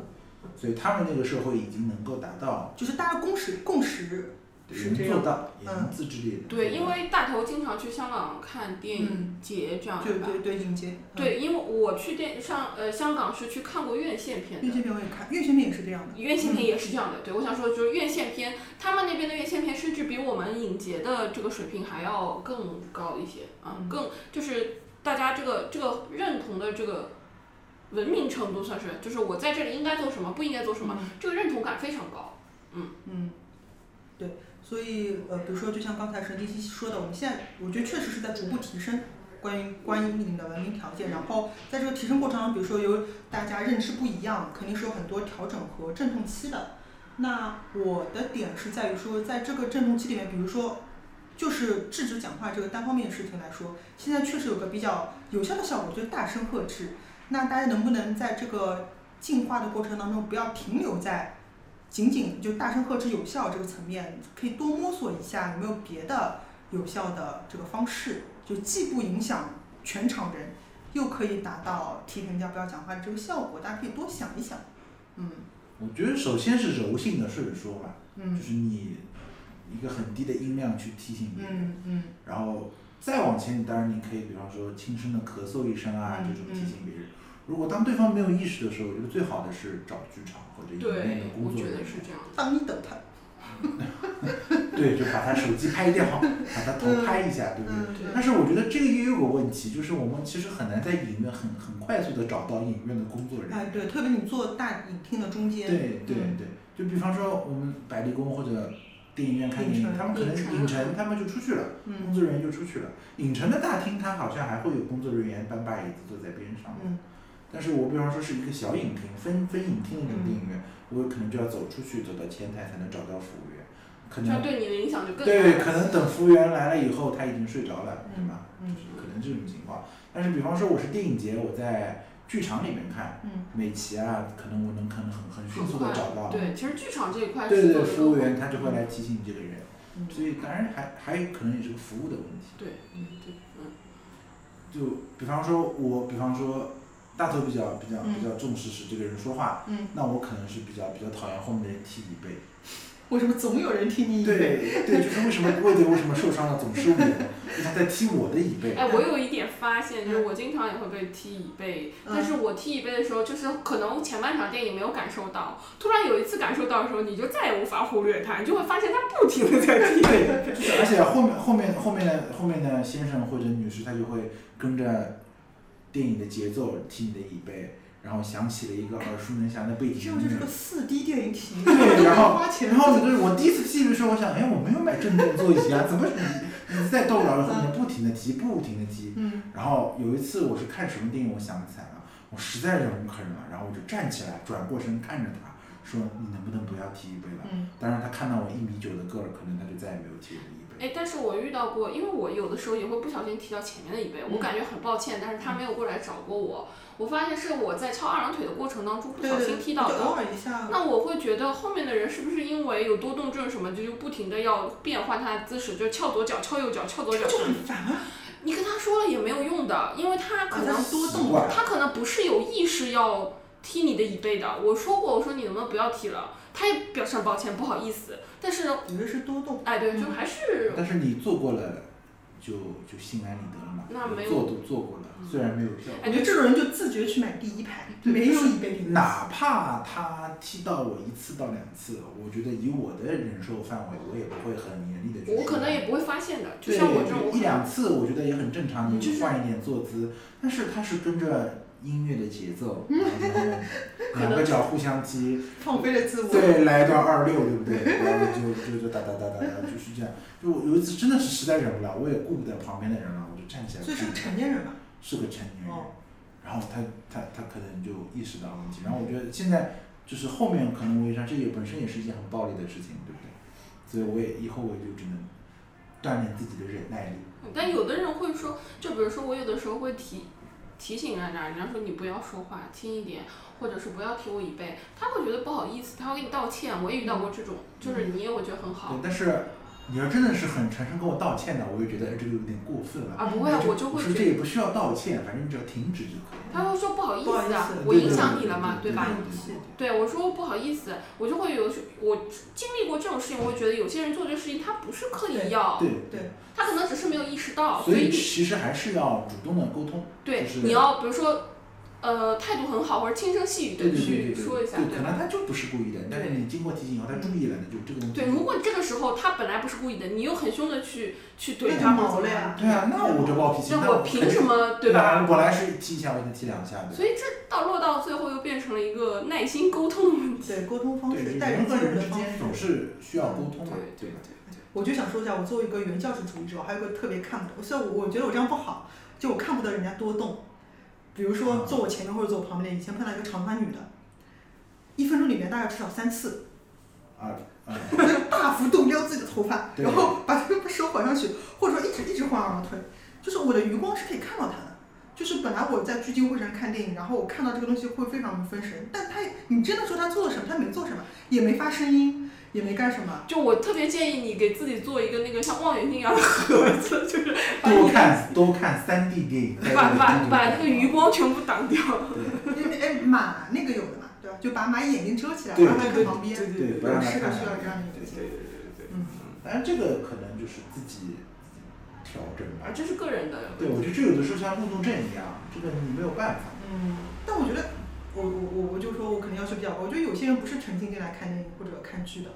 Speaker 5: 所以他们那个社会已经能够达到
Speaker 6: 就是大家共识共识是
Speaker 5: 能
Speaker 6: 这
Speaker 5: 做
Speaker 6: 样，
Speaker 5: 到，也
Speaker 6: 嗯
Speaker 5: 能自制力的。
Speaker 4: 对，因为大头经常去香港看电影节这样的
Speaker 6: 嗯对
Speaker 4: 吧。
Speaker 6: 对对，嗯影节。
Speaker 4: 对，因为我去电上呃香港是去看过院线片
Speaker 6: 嗯，
Speaker 4: 的
Speaker 6: 院，线片我也看，院线片也是这样的。
Speaker 4: 院线片也是这样的，对我想说就是院线片，他们那边的院线片甚至比我们影节的这个水平还要更高一些啊，
Speaker 6: 嗯
Speaker 4: 更就是大家这个这个认同的这个文明程度算是，就是我在这里应该做什么，不应该做什么，
Speaker 6: 嗯
Speaker 4: 这个认同感非常高。
Speaker 6: 嗯，对，所以呃，比如说就像刚才神经兮说的，我们现在我觉得确实是在逐步提升关于观影的文明条件，然后在这个提升过程中，比如说由大家认知不一样，肯定是有很多调整和阵痛期的。那我的点是在于说，在这个阵痛期里面，比如说。就是制止讲话这个单方面的事情来说，现在确实有个比较有效的效果，就是大声呵斥。那大家能不能在这个进化的过程当中，不要停留在仅仅就大声呵斥有效这个层面，可以多摸索一下有没有别的有效的这个方式，就既不影响全场人，又可以达到提醒人家不要讲话的这个效果，大家可以多想一想。嗯
Speaker 5: 我觉得首先是柔性的是说嘛，就
Speaker 6: 嗯
Speaker 5: 是你一个很低的音量去提醒别人，
Speaker 6: 嗯嗯
Speaker 5: 然后再往前，当然你可以，比方说轻声的咳嗽一声啊，
Speaker 6: 嗯
Speaker 5: 这种提醒别人。如果当对方没有意识的时候，我觉得最好的是找剧场或者影院
Speaker 4: 对
Speaker 5: 的，
Speaker 4: 我
Speaker 5: 工作
Speaker 4: 觉
Speaker 5: 人
Speaker 4: 得
Speaker 5: 员，
Speaker 4: 是这样的。
Speaker 6: 当你等他，
Speaker 5: 对，就把他手机拍掉，把他头拍一下，对不对？
Speaker 6: 嗯
Speaker 4: 对
Speaker 5: 但是我觉得这个也有个问题，就是我们其实很难在影院很很快速的找到影院的工作人员。
Speaker 6: 哎对，特别你坐大影厅的中间，
Speaker 5: 对对
Speaker 6: 嗯
Speaker 5: 对，就比方说我们百丽宫或者电影院看电
Speaker 6: 影
Speaker 5: 影，
Speaker 6: 城
Speaker 5: 他们可能
Speaker 4: 影城
Speaker 5: 影城他们就出去了，工
Speaker 6: 嗯
Speaker 5: 作人员就出去了。影城的大厅它好像还会有工作人员搬把椅子坐在边上。
Speaker 6: 嗯，
Speaker 5: 但是我比方说是一个小影厅，分分影厅那种电影院，
Speaker 6: 嗯
Speaker 5: 我可能就要走出去，走到前台才能找到服务员，可
Speaker 4: 这样
Speaker 5: 能
Speaker 4: 对你的影响就更大了。
Speaker 5: 对，可能等服务员来了以后，他已经睡着了，对吧？
Speaker 6: 嗯
Speaker 5: 可能这种情况。但是比方说我是电影节，我在剧场里面看，
Speaker 6: 嗯，
Speaker 5: 美琪啊，可能我能可能很很迅速的找到，
Speaker 4: 对，其实剧场这一块
Speaker 5: 对
Speaker 4: 是
Speaker 5: 对，
Speaker 4: 做得
Speaker 5: 服务
Speaker 4: 更
Speaker 5: 员
Speaker 4: 好
Speaker 5: 他就会来提醒你这个人，所以当然还还有可能也是个服务的问题。
Speaker 4: 对对对，嗯
Speaker 5: 就比方说我，比方说大头比较比较
Speaker 6: 嗯
Speaker 5: 比较重视是这个人说话，
Speaker 6: 嗯，
Speaker 5: 那我可能是比较比较讨厌后面的人踢椅背。
Speaker 6: 为什么总有人替你？，
Speaker 5: 对对，就是为什么为了为什么受伤的总是我， 因为他在踢我的椅背。
Speaker 4: 哎，我有一点发现，就是我经常也会被踢椅背，
Speaker 6: 嗯
Speaker 4: 但是我踢椅背的时候，就是可能前半场电影没有感受到，突然有一次感受到的时候，你就再也无法忽略它，你就会发现它不停的在踢。
Speaker 5: 对，就是而且后面后面后面的后面的先生或者女士，他就会跟着电影的节奏踢你的椅背，然后响起了一个耳熟能详的背景
Speaker 6: 这
Speaker 5: 音
Speaker 6: 样就是
Speaker 5: 乐
Speaker 6: 个。四 D 电影体验，
Speaker 5: 对，然后
Speaker 6: 花钱
Speaker 5: 然后就是我第一次踢的时候，我想，哎，我没有买正定座椅啊，怎么你你在动脑后面不停的踢，不停的踢。
Speaker 6: 嗯
Speaker 5: 然后有一次我是看什么电影，我想不起来了，我实在忍无可忍了，然后我就站起来，转过身看着他，说你能不能不要踢椅背了？
Speaker 6: 嗯
Speaker 5: 当然他看到我一米九的个儿，可能他就再也没有踢我的椅背。
Speaker 4: 哎，但是我遇到过，因为我有的时候也会不小心踢到前面的椅背，
Speaker 6: 嗯
Speaker 4: 我感觉很抱歉，但是他没有过来找过我，我发现是我在翘二郎腿的过程当中不
Speaker 6: 对
Speaker 4: 小
Speaker 6: 对
Speaker 4: 心
Speaker 6: 对，
Speaker 4: 踢到
Speaker 6: 就哦
Speaker 4: 的。
Speaker 6: 偶尔一下，
Speaker 4: 那我会觉得后面的人是不是因为有多动症什么，就就不停的要变换他的姿势，就翘左脚、翘右脚、翘左脚。
Speaker 6: 就很烦啊。
Speaker 4: 你跟他说了也没有用的，因为他可能多
Speaker 5: 习
Speaker 4: 动，
Speaker 5: 惯
Speaker 4: 他可能不是有意识要踢你的椅背的。我说过，我说你能不能不要踢了，他也表示很抱歉，不好意思。但是，
Speaker 6: 有的是多动，
Speaker 4: 哎，对，就还是
Speaker 5: 嗯但是你做过了，就就心安理得了嘛。
Speaker 4: 那没有
Speaker 5: 做都做过了，虽然没有效
Speaker 6: 我
Speaker 4: 哎
Speaker 5: 果，
Speaker 6: 觉得这种人就自觉去买第一排，
Speaker 5: 对
Speaker 6: 没有椅背停。
Speaker 5: 哪怕他踢到我一次到两次，我觉得以我的忍受范围，我也不会很严厉的去说。哎
Speaker 4: 我可能也不会发现的。就
Speaker 5: 对，
Speaker 4: 像我这种，我可
Speaker 5: 一两
Speaker 4: 能
Speaker 5: 次我觉得也很正常，
Speaker 4: 就
Speaker 5: 你
Speaker 4: 是
Speaker 5: 换一点坐姿，但是他是跟着音乐的节 奏，然后两个脚互相踢，
Speaker 6: 放飞了自我。
Speaker 5: 对，来一段二六，对不对？然后就就就哒哒哒哒哒，就是这样。就我有一次真的是实在忍不了，我也顾不得旁边的人了，我就站起来
Speaker 6: 所
Speaker 5: 看着
Speaker 6: 以
Speaker 5: 他。
Speaker 6: 是个成年人嘛，
Speaker 5: 是个成年人
Speaker 6: 哦，
Speaker 5: 然后他他他可能就意识到了问题。然后我觉得现在就是后面可能我也想，这也本身也是一件很暴力的事情，对不对？所以我也以后我就只能锻炼自己的忍耐力。
Speaker 4: 但有的人会说，就比如说我有的时候会提提醒人家，人家说你不要说话，轻一点，或者是不要踢我椅背，他会觉得不好意思，他会给你道歉。我也遇到过这种，就是
Speaker 5: 嗯
Speaker 4: 你也会觉得很好
Speaker 5: 对，但是你要真的是很诚实跟我道歉的，我就觉得哎这个有点过分了。
Speaker 4: 啊，不会啊，我就
Speaker 5: 我
Speaker 4: 会
Speaker 5: 说
Speaker 4: 觉
Speaker 5: 这
Speaker 4: 得。
Speaker 5: 也不需要道歉，反正你只要停止就可以。
Speaker 4: 他会说不好意
Speaker 6: 不好意
Speaker 4: 思啊
Speaker 6: 思，
Speaker 4: 我
Speaker 5: 对
Speaker 4: 影
Speaker 5: 对
Speaker 4: 响
Speaker 5: 对
Speaker 4: 你了嘛，
Speaker 5: 对
Speaker 4: 对吧？
Speaker 5: 对对对
Speaker 4: 对，我说不好意思，我就会有时我经历过这种事情，我会觉得有些人做这个事情他不是刻意要，
Speaker 5: 对
Speaker 6: 对，
Speaker 4: 他可能只是没有意识到，所
Speaker 5: 所以
Speaker 4: 以
Speaker 5: 其实还是要主动的沟通。
Speaker 4: 对
Speaker 5: 就是
Speaker 4: 你要比如说，呃，态度很好或者轻声细语
Speaker 5: 对
Speaker 4: 的
Speaker 5: 对对
Speaker 4: 去
Speaker 5: 对对，
Speaker 4: 说一下，
Speaker 5: 对，可能
Speaker 4: 吧？
Speaker 5: 他就不是故意的，但是你经过提醒以后，他注意了，那就这个东西。
Speaker 4: 对，如果这个时候他本来不是故意的，你又很凶的去去
Speaker 6: 那
Speaker 4: 怼
Speaker 6: 他
Speaker 4: 他，
Speaker 6: 毛了呀。
Speaker 5: 对啊，那我这暴脾气，
Speaker 4: 那
Speaker 5: 那
Speaker 4: 我
Speaker 5: 肯定
Speaker 4: 凭什么对吧？
Speaker 5: 我来是踢一下，我就踢两下，
Speaker 4: 所以这到落到最后又变成了一个耐心沟通的问题。
Speaker 6: 对，沟通方
Speaker 5: 对，
Speaker 6: 式，
Speaker 5: 对
Speaker 6: 待
Speaker 5: 人
Speaker 6: 人
Speaker 5: 和
Speaker 6: 接
Speaker 5: 人
Speaker 6: 物的
Speaker 5: 之
Speaker 6: 方
Speaker 5: 间
Speaker 6: 式。
Speaker 5: 总是需要沟通
Speaker 4: 对
Speaker 5: 嘛，
Speaker 4: 嗯对
Speaker 5: 吧？
Speaker 4: 对。
Speaker 6: 我就想说一下，我作为一个原教旨主义者，我还有一个特别看不得，所以我我觉得我这样不好，就我看不得人家多动。比如
Speaker 5: 啊
Speaker 6: 说坐我前面或者坐我旁边，以前碰到一个长发女的，一分钟里面大概至少三次，
Speaker 5: 啊啊，
Speaker 6: 大幅度撩自己的头发，
Speaker 5: 对
Speaker 6: 然后把这个手晃上去，或者说一直一直晃二郎腿，就是我的余光是可以看到她的。就是本来我在聚精会神看电影，然后我看到这个东西会非常分神，但她你真的说她做了什么，她没做什么，也没发声音，也没干什么，
Speaker 4: 就我特别建议你给自己做一个那个像望远镜一样的盒子， 就是把
Speaker 5: 多
Speaker 4: 你
Speaker 5: 看多看三 D 电影，带
Speaker 4: 把
Speaker 5: 着
Speaker 4: 把
Speaker 5: 你
Speaker 4: 把那个余光全部挡掉。啊
Speaker 6: 因为哎马那个有的嘛，对吧？就把马眼睛遮起来，
Speaker 5: 对
Speaker 6: 不让它看旁边。
Speaker 5: 对对，不让他看
Speaker 6: 是的，
Speaker 5: 到
Speaker 6: 需要这样的一
Speaker 5: 对对对
Speaker 6: 个情
Speaker 5: 对
Speaker 6: 况。
Speaker 5: 对。
Speaker 6: 嗯，
Speaker 5: 当然这个可能就是自己调整
Speaker 4: 啊，。
Speaker 5: 吧
Speaker 4: 这是个人的。
Speaker 5: 对，我觉得这有的时候像路怒症一样，这个你没有办法。
Speaker 6: 嗯，但我觉得，我我我我就说我可能要求比较高。我觉得有些人不是沉浸进来看电影或者看剧的，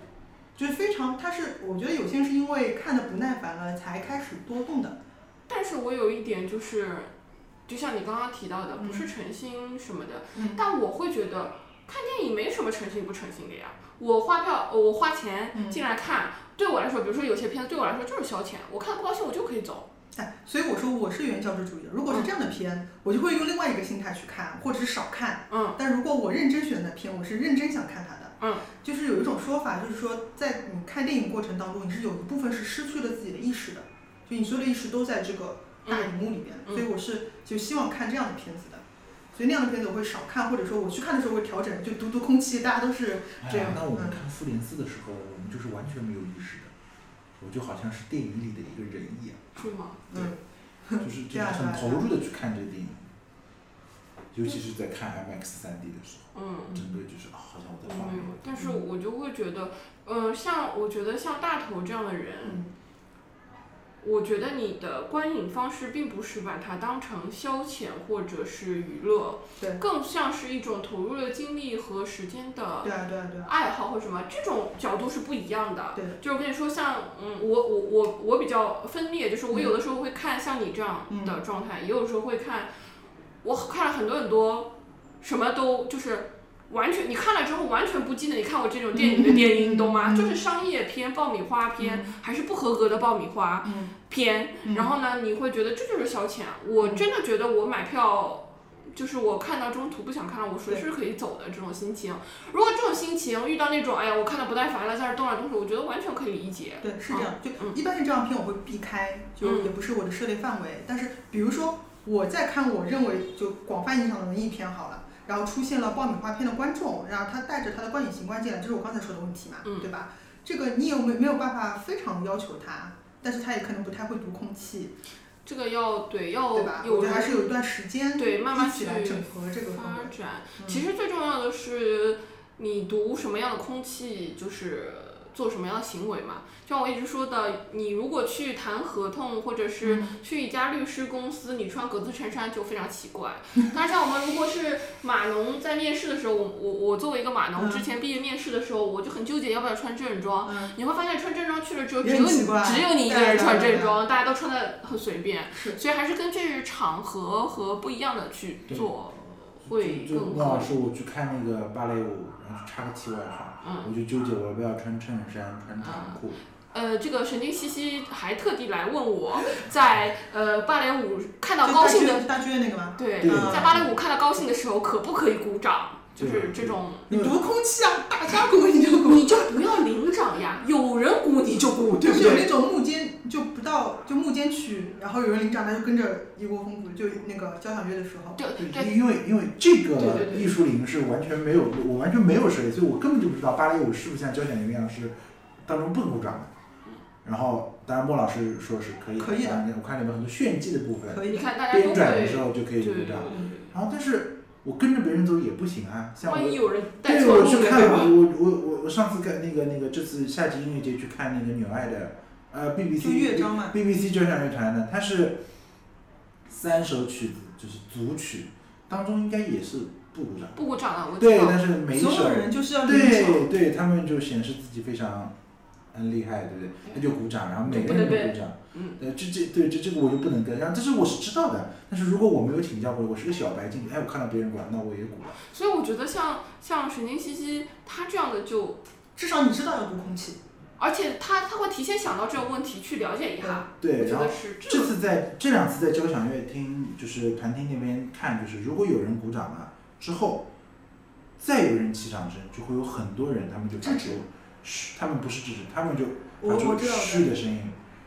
Speaker 6: 就是非常他是，我觉得有些人是因为看的不耐烦了才开始多动的。
Speaker 4: 但是我有一点就是，就像你刚刚提到的，
Speaker 6: 嗯
Speaker 4: 不是诚心什么的，
Speaker 6: 嗯
Speaker 4: 但我会觉得看电影没什么诚心不诚心的呀。我花票，呃我花钱
Speaker 6: 嗯
Speaker 4: 进来看，对我来说，比如说有些片子对我来说就是消遣，我看不高兴我就可以走。
Speaker 6: 哎，所以我说我是原教旨主义者。
Speaker 4: 嗯
Speaker 6: 如果是这样的片，我就会用另外一个心态去看，或者是少看。
Speaker 4: 嗯
Speaker 6: 但如果我认真选的片，我是认真想看它的。
Speaker 4: 嗯，
Speaker 6: 就是有一种说法，就是说在你看电影过程当中，你是有一部分是失去了自己的意识的，就你所有的意识都在这个大荧幕里边。
Speaker 4: 嗯
Speaker 6: 所以我是就希望看这样的片子的。所以那样的片子我会少看，或者说我去看的时候会调整，就读读空气，大家都是这
Speaker 5: 哎呀
Speaker 6: 样。
Speaker 5: 那我们
Speaker 6: 嗯
Speaker 5: 看《复联四》的时候，我们就是完全没有意识的，我就好像是电影里的一个人一 样，
Speaker 4: 是吗？
Speaker 6: 嗯。
Speaker 5: 就是就是很
Speaker 6: 啊
Speaker 5: 投入的去看这个电影，尤其是在看
Speaker 6: 嗯
Speaker 5: IMAX 三 D 的时候，
Speaker 4: 嗯。
Speaker 5: 整个就是啊，好像我在画面
Speaker 4: 嗯
Speaker 5: 里。，
Speaker 4: 但是我就会觉得，嗯、像我觉得像大头这样的人，
Speaker 6: 嗯
Speaker 4: 我觉得你的观影方式并不是把它当成消遣或者是娱乐，
Speaker 6: 对
Speaker 4: 更像是一种投入了精力和时间的
Speaker 6: 对啊，对啊，对啊，
Speaker 4: 爱好或什么，这种角度是不一样的。
Speaker 6: 对的
Speaker 4: 就是我跟你说，像嗯，我我我我比较分裂，就是我
Speaker 6: 嗯
Speaker 4: 有的时候会看像你这样的状态，也有时候会看，我看了很多很多，什么都就是完全你看了之后完全不记得你看过这种电影的电影，你懂
Speaker 6: 嗯
Speaker 4: 吗？就是商业片、爆米花片，还是不合格的爆米花
Speaker 6: 嗯嗯
Speaker 4: 片，然后呢，你会觉得这就是消遣。我真的觉得我买票。就是我看到中途不想看了，我随时可以走的这种心情。如果这种心情遇到那种，哎呀，我看到不耐烦了，在这儿动来动去，我觉得完全可以理解。
Speaker 6: 对，是这样。就
Speaker 4: 嗯
Speaker 6: 一般是这样片我会避开，就
Speaker 4: 嗯
Speaker 6: 也不是我的涉猎范围。但是比如说我在看我认为就广泛意义上的文艺片好了，然后出现了爆米花片的观众，然后他带着他的观影习惯进来，这是我刚才说的问题嘛，
Speaker 4: 嗯
Speaker 6: 对吧？这个你有没没有办法非常要求他，但是他也可能不太会读空气，
Speaker 4: 这个要对要
Speaker 6: 对吧？我
Speaker 4: 哦有
Speaker 6: 觉得还
Speaker 4: 人
Speaker 6: 是有一段时间
Speaker 4: 对慢慢
Speaker 6: 一起
Speaker 4: 去
Speaker 6: 来整合这个氛
Speaker 4: 发
Speaker 6: 围。
Speaker 4: 展。
Speaker 6: 嗯
Speaker 4: 其实最重要的是你读什么样的空气，就是做什么样的行为嘛。就像我一直说的，你如果去谈合同，或者是
Speaker 6: 嗯
Speaker 4: 去一家律师公司，你穿格子衬衫就非常奇怪。但是像我们如果是码农在面试的时候，我我我作为一个码农，
Speaker 6: 嗯
Speaker 4: 之前毕业面试的时候，我就很纠结要不要穿正装。
Speaker 6: 嗯，
Speaker 4: 你会发现穿正装去了之后，只
Speaker 6: 也
Speaker 4: 有
Speaker 6: 很
Speaker 4: 你
Speaker 6: 奇怪
Speaker 4: 只有你一个
Speaker 6: 对
Speaker 4: 人
Speaker 6: 对
Speaker 4: 穿
Speaker 6: 对
Speaker 4: 正
Speaker 6: 对
Speaker 4: 装，大家都穿的很随便，
Speaker 6: 是
Speaker 4: 所以还是根据场合和不一样的去
Speaker 5: 对
Speaker 4: 做。会
Speaker 5: 就就
Speaker 4: 更
Speaker 5: 莫老
Speaker 4: 合
Speaker 5: 师，我去看那个芭蕾舞，然后去插个题外话，
Speaker 4: 嗯
Speaker 5: 我就纠结我要不要穿衬衫、穿长裤。
Speaker 4: 呃，这个神经兮兮还特地来问我，在呃芭蕾舞看到
Speaker 6: 就
Speaker 4: 高
Speaker 6: 大
Speaker 4: 兴的，
Speaker 6: 军大军那个吗？
Speaker 4: 对，
Speaker 5: 对
Speaker 4: 在芭蕾舞看到高兴的时候，可不可以鼓掌？就
Speaker 5: 对
Speaker 4: 是这种，
Speaker 6: 你读空气啊，大家鼓你就鼓。
Speaker 4: 你就不要领掌呀，有人鼓你就鼓，对
Speaker 6: 就
Speaker 4: 不
Speaker 6: 是有
Speaker 4: 对？
Speaker 6: 那种幕间就不到就幕间曲，然后有人领涨，他就跟着一窝蜂鼓，就那个交响乐的时候，
Speaker 4: 对对
Speaker 5: 因因为因为这
Speaker 4: 对对
Speaker 5: 个
Speaker 4: 对
Speaker 5: 艺术领域是完全没有，我完全没有涉猎，所以我根本就不知道芭蕾舞是不是像交响乐一样是当中不鼓掌的。
Speaker 4: 嗯
Speaker 5: 然后，当然莫老师说是可以，
Speaker 6: 可以的
Speaker 5: 当然我看里面很多炫技的部分，
Speaker 6: 可
Speaker 4: 你
Speaker 6: 以。
Speaker 4: 看啊大家都
Speaker 5: 编
Speaker 4: 会，
Speaker 5: 转的
Speaker 4: 对
Speaker 5: 时候就可
Speaker 4: 对
Speaker 5: 以鼓
Speaker 4: 对对
Speaker 5: 掌。，然后，但是我跟着别人走也不行啊，像
Speaker 4: 万一
Speaker 5: 我。
Speaker 4: 有人带
Speaker 5: 对，
Speaker 4: 错
Speaker 5: 我
Speaker 4: 路
Speaker 5: 去
Speaker 4: 了，
Speaker 5: 看
Speaker 4: 对
Speaker 5: 我
Speaker 4: 吧？
Speaker 5: 我我我我上次跟那个那个这次夏季音乐节去看那个纽爱的呃 BBC
Speaker 6: 就乐章嘛
Speaker 5: BBC 交响乐团的，它是三首曲子，就是组曲当中应该也是不鼓掌，
Speaker 4: 不鼓掌了，我知
Speaker 5: 对，
Speaker 4: 道。
Speaker 5: 但是每一
Speaker 6: 所
Speaker 5: 首
Speaker 6: 有人就是要领手，
Speaker 5: 对对，他们就显示自己非常很厉害，对不对？那就鼓掌，然后每个人都鼓掌。
Speaker 4: 嗯，
Speaker 5: 呃，这这对这这个我就不能跟，然后这是我是知道的，但是如果我没有请教过，我是个小白进去，哎，我看到别人鼓掌，那我也鼓了。
Speaker 4: 所以我觉得像像神经兮兮他这样的就，
Speaker 6: 至少你知道要读空气。
Speaker 4: 而且他他会提前想到这种问题去了解一下，我
Speaker 5: 对，
Speaker 4: 觉
Speaker 5: 然后
Speaker 4: 得是这
Speaker 5: 这
Speaker 4: 个
Speaker 5: 次在这两次在交响乐厅，就是团厅那边看，就是如果有人鼓掌了之后，再有人起掌声，就会有很多人，他们就发出
Speaker 6: 制
Speaker 5: 嘘，他们不是制止，他啊们就
Speaker 6: 我
Speaker 5: 发
Speaker 6: 我
Speaker 5: 出
Speaker 6: 知道的
Speaker 5: 嘘的声音，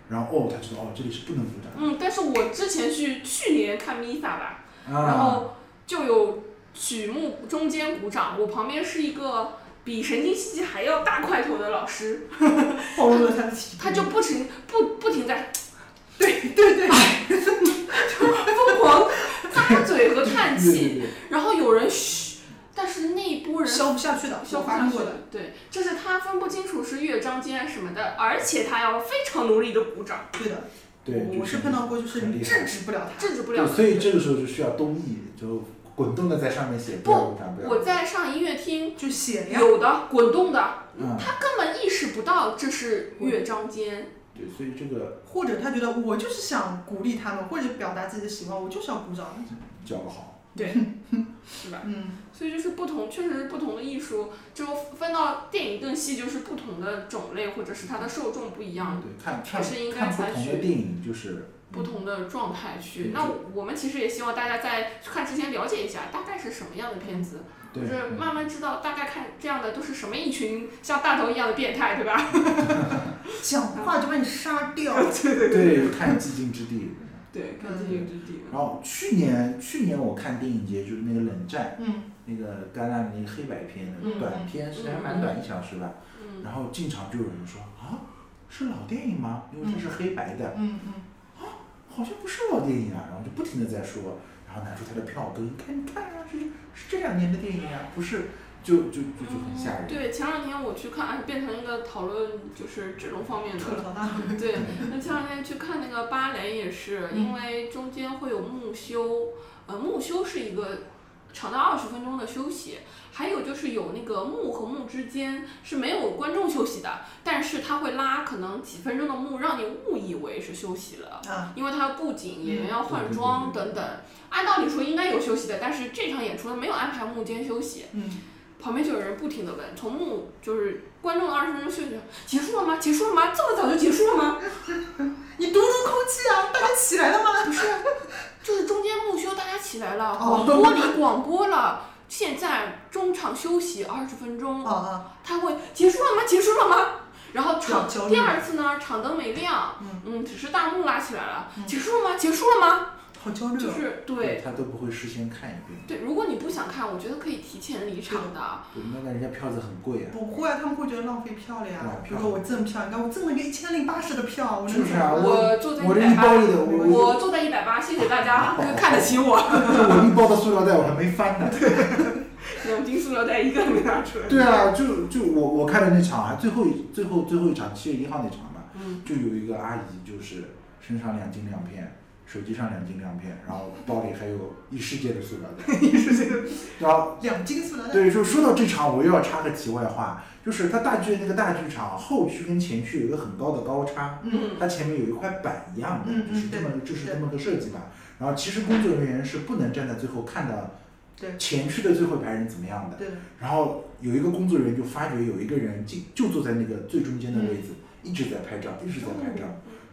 Speaker 5: 然后哦，他知道哦，这里是不能鼓掌的
Speaker 4: 嗯，但是我之前去去年看 Misa 吧，
Speaker 5: 啊。
Speaker 4: 然后就有曲目中间鼓掌，我旁边是一个比神经兮兮还要大块头的老师，
Speaker 6: 暴露了他的 体
Speaker 4: 他就不停不不停在
Speaker 6: 对对对，
Speaker 5: 哎
Speaker 4: 疯狂咂嘴和叹
Speaker 5: 对
Speaker 4: 气，
Speaker 5: 对对，
Speaker 4: 然后有人嘘，但是那一波人
Speaker 6: 消不下去的，
Speaker 4: 消
Speaker 6: 我发生过
Speaker 4: 的
Speaker 6: 的。，
Speaker 4: 对，就是他分不清楚是乐章间什么的，而且他要非常努力的鼓掌，
Speaker 6: 对的，
Speaker 5: 对，
Speaker 6: 我
Speaker 5: 就
Speaker 6: 我是碰到过，就是
Speaker 5: 很
Speaker 6: 你
Speaker 5: 厉
Speaker 6: 制
Speaker 5: 害。
Speaker 6: 止不了他。
Speaker 4: 制止不了
Speaker 5: 对，
Speaker 4: 他。
Speaker 5: 所以这个时候就需要东译，就滚动的在上面写不要鼓掌，不要鼓
Speaker 4: 我
Speaker 5: 掌。
Speaker 4: 在上音乐厅，
Speaker 6: 就写了呀，
Speaker 4: 有的滚动的，
Speaker 5: 嗯，
Speaker 4: 他根本意识不到这是乐章 间，
Speaker 5: 对，所以这个
Speaker 6: 或者他觉得我就是想鼓励他们，或者表达自己的喜欢，我就是要鼓掌。
Speaker 5: 教不好。
Speaker 4: 是吧？
Speaker 6: 嗯，
Speaker 4: 所以就是不同，确实是不同的艺术，就分到电影更细，就是不同的种类或者是它的受众不一样。
Speaker 6: 嗯
Speaker 5: 对，看
Speaker 4: 还
Speaker 5: 看
Speaker 4: 嗯是应该
Speaker 5: 看不
Speaker 4: 采
Speaker 5: 同
Speaker 4: 取
Speaker 5: 的电影就是
Speaker 4: 不同的状态去。那我们其实也希望大家在看之前了解一下，大概是什么样的片子，就
Speaker 5: 对，嗯
Speaker 4: 是慢慢知道大概看这样的都是什么一群像大头一样的变态，对吧？
Speaker 6: 讲话就把你杀掉。
Speaker 5: 对，看寂静之地。
Speaker 4: 对，看
Speaker 6: 嗯
Speaker 4: 《金陵之地》。
Speaker 5: 然后去年去年我看电影节就是那个冷战，
Speaker 6: 嗯，
Speaker 5: 那个戛纳的那个黑白片
Speaker 4: 嗯
Speaker 5: 的短片，是还蛮短，一小时吧。
Speaker 4: 嗯
Speaker 5: 然后进场就有人说啊，是老电影吗？因为它是黑白的，啊
Speaker 6: 嗯嗯，
Speaker 5: 好像不是老电影啊。然后就不停的在说，然后拿出他的票根，看你看啊，这是是这两年的电影啊，不是，就就就就很吓人。
Speaker 4: 对，前两天我去看，哎变成一个讨论就是这种方面的
Speaker 6: 吐槽大会。
Speaker 4: 对，
Speaker 5: 嗯
Speaker 4: 那前两天去看那个芭蕾也是，
Speaker 6: 嗯
Speaker 4: 因为中间会有木修，呃，木修是一个长达二十分钟的休息，还有就是有那个幕和幕之间是没有观众休息的，但是他会拉可能几分钟的幕，让你误以为是休息了。
Speaker 6: 啊，嗯
Speaker 4: 因为它布景、演员要换
Speaker 5: 对对
Speaker 4: 装
Speaker 5: 对对
Speaker 4: 等等，按道理说应该有休息的，但是这场演出它没有安排幕间休息，
Speaker 6: 嗯，
Speaker 4: 旁边就有人不停的问，从幕就是观众的二十分钟休息，结束了吗？结束了吗？这么早就结束了吗？
Speaker 6: 你读读空气啊，大家起来了吗？不是，
Speaker 4: 就是中间幕休，大家起来了，
Speaker 6: 哦
Speaker 4: 广播里广播了，现在中场休息二十分钟，
Speaker 6: 啊啊，
Speaker 4: 他会结束了吗？结束了吗？然后场
Speaker 6: 焦虑
Speaker 4: 第二次呢，场灯没亮，
Speaker 6: 嗯
Speaker 4: 只是大幕拉起来了，
Speaker 6: 嗯
Speaker 4: 结束了吗？结束了吗？
Speaker 6: 好焦虑
Speaker 4: 就
Speaker 6: 哦。
Speaker 4: 是对
Speaker 5: 他都不会事先看一遍，
Speaker 4: 对，如果你不想看，我觉得可以提前离场的。
Speaker 5: 对，那那人家票子很贵啊。
Speaker 6: 不会啊，他们会觉得浪费票了呀
Speaker 5: 浪。费
Speaker 6: 比如说我赠票，你看我赠了个一千零八十的票，我能
Speaker 5: 哦是不是啊
Speaker 6: 怎么办
Speaker 4: 我坐在
Speaker 5: 我这
Speaker 4: 一百
Speaker 5: 一
Speaker 4: 八
Speaker 5: 包，里的我
Speaker 4: 我坐在一百八，谢谢大家看得起我。
Speaker 5: 我一包的塑料袋我还没翻呢。
Speaker 4: 两斤塑料袋一个也没拿出来。
Speaker 5: 对啊，就就我我看的那场啊，最后一最后最后一场七月一号那场嘛，
Speaker 4: 嗯
Speaker 5: 就有一个阿姨就是身上两斤两片，手机上两斤两片，然后包里还有一世界的塑料袋， 一世界的，然后。
Speaker 6: 两斤塑料袋，
Speaker 5: 对，就说到这场，我又要插个题外话，就是它大剧院那个大剧场后区跟前区有一个很高的高差，
Speaker 6: 嗯，
Speaker 5: 它前面有一块板一样的，
Speaker 6: 嗯嗯
Speaker 5: 就是这么就是这么个设计嘛。然后其实工作人员是不能站在最后看到
Speaker 6: 对
Speaker 5: 前区的最后一排人怎么样的，
Speaker 6: 对，
Speaker 5: 然后有一个工作人员就发觉有一个人就就坐在那个最中间的位
Speaker 6: 嗯
Speaker 5: 置，一直在拍照，一直在拍照。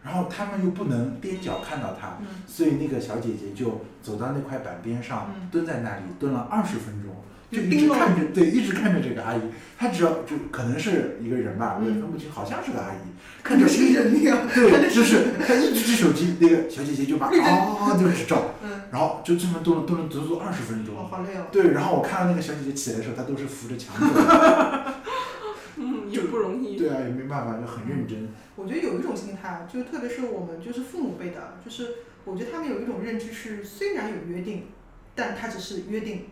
Speaker 5: 然后他们又不能踮脚看到他，
Speaker 6: 哦嗯
Speaker 5: 所以那个小姐姐就走到那块板边上，
Speaker 6: 嗯
Speaker 5: 蹲在那里蹲了二十分钟，
Speaker 6: 就
Speaker 5: 就一直
Speaker 6: 盯了
Speaker 5: 看着，对，一直看着这个阿姨。她只要就可能是一个人吧，我也
Speaker 6: 嗯
Speaker 5: 分不清，好像是个阿姨，
Speaker 6: 看着是人
Speaker 5: 啊
Speaker 6: 呀，
Speaker 5: 对，就是她一直指手机，那个小姐姐就把哦就是照，
Speaker 6: 嗯，
Speaker 5: 然后就这么蹲了蹲了足足二十分钟
Speaker 6: 我。好累哦。
Speaker 5: 对，然后我看到那个小姐姐起来的时候，她都是扶着墙走的。
Speaker 4: 嗯，也不容易。
Speaker 5: 对啊，也没办法，就很认真。
Speaker 6: 我觉得有一种心态，啊就是特别是我们就是父母辈的，啊就是我觉得他们有一种认知是，虽然有约定，但它只是约定，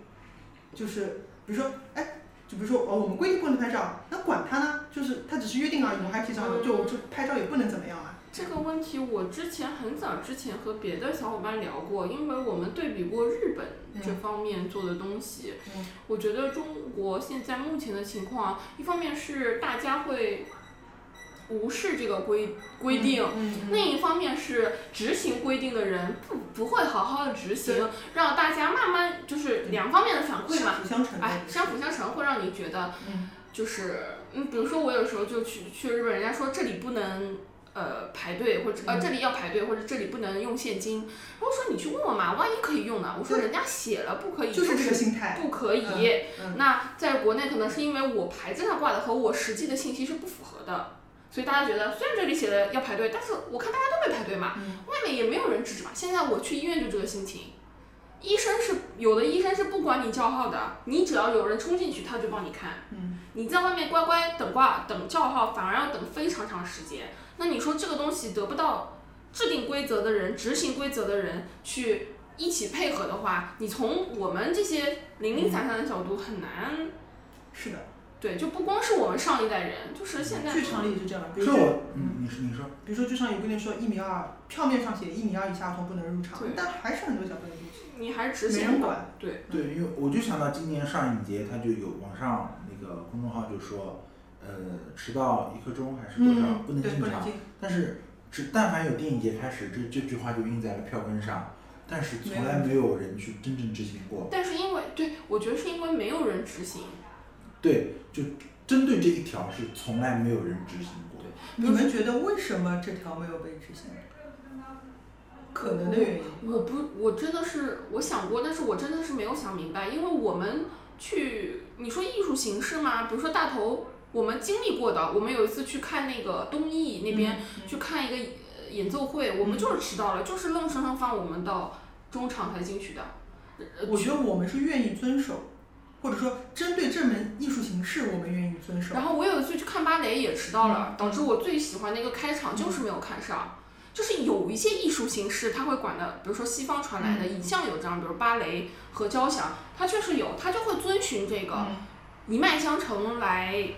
Speaker 6: 就是比如说，哎，就比如说哦，我们规定不能拍照，那管他呢，就是他只是约定而已，我还可以照样，就就拍照也不能怎么样啊。
Speaker 4: 这个问题我之前很早之前和别的小伙伴聊过，因为我们对比过日本这方面做的东西。
Speaker 6: 嗯
Speaker 4: 我觉得中国现在目前的情况，一方面是大家会无视这个规规定，
Speaker 6: 嗯嗯
Speaker 4: 另一方面是执行规定的人不不会好好的执
Speaker 6: 对
Speaker 4: 行，让大家慢慢就是两方面的反馈嘛
Speaker 6: 相，辅相成的。
Speaker 4: 哎，相辅相成会让你觉得
Speaker 6: 嗯，
Speaker 4: 就是嗯，比如说我有时候就去去日本，人家说这里不能呃排队，或者呃
Speaker 6: 嗯
Speaker 4: 这里要排队，或者这里不能用现金，然后说你去问问嘛，万一可以用呢？我说人家写了不可以，
Speaker 6: 就是这个心态。
Speaker 4: 不可以。
Speaker 6: 嗯
Speaker 4: 那在国内可能是因为我牌子上挂的和我实际的信息是不符合的，所以大家觉得虽然这里写的要排队，但是我看大家都没排队嘛，
Speaker 6: 嗯
Speaker 4: 外面也没有人制止嘛。现在我去医院就这个心情，医生是有的医生是不管你叫号的，你只要有人冲进去，他就帮你看。
Speaker 6: 嗯，
Speaker 4: 你在外面乖乖等挂等叫号，反而要等非常长时间。那你说这个东西得不到制定规则的人、执行规则的人去一起配合的话，你从我们这些零零散散的角度很难。
Speaker 6: 是的，嗯
Speaker 4: 对，就不光是我们上一代人，就是现在
Speaker 6: 剧场里也是这样的。比
Speaker 5: 是
Speaker 6: 如说
Speaker 5: 我，，嗯，你说你说，
Speaker 6: 比如说剧场有规定说一米二，票面上写一米二以下儿童不能入场
Speaker 4: 对，
Speaker 6: 但还是很多小朋友入
Speaker 4: 你还是执
Speaker 6: 场，没
Speaker 4: 行
Speaker 6: 人
Speaker 4: 吧
Speaker 6: 管。
Speaker 4: 对，
Speaker 5: 对，因为我就想到今年上影节，他就有网上那个公众号就说，呃，迟到一刻钟还是多少、
Speaker 6: 嗯，
Speaker 5: 不能
Speaker 6: 对，
Speaker 5: 进
Speaker 6: 不能
Speaker 5: 场。
Speaker 6: 进。
Speaker 5: 但是只但凡有电影节开始，这这句话就印在了票根上，但是从来没有人去真正执行过。
Speaker 4: 但是因为对我觉得是因为没有人执行，
Speaker 5: 对，就针对这一条是从来没有人执行过。
Speaker 6: 你们觉得为什么这条没有被执行？可能的原因。
Speaker 4: 我不，我真的是我想过，但是我真的是没有想明白，因为我们去你说艺术形式嘛，比如说大头，我们经历过的，我们有一次去看那个东艺那边、
Speaker 6: 嗯
Speaker 4: 去看一个呃演奏会，我们就是迟到了，就是愣生生放我们到中场才进去的。
Speaker 6: 我觉得我们是愿意遵守，或者说针对这门艺术形式，我们愿意遵守
Speaker 4: 然。后我有一次去看芭蕾也迟到了，导致我最喜欢的一个开场就是没有看上。就是有一些艺术形式，它会管的，比如说西方传来的一向有这样，比如芭蕾和交响，它确实有，它就会遵循这个一脉相承来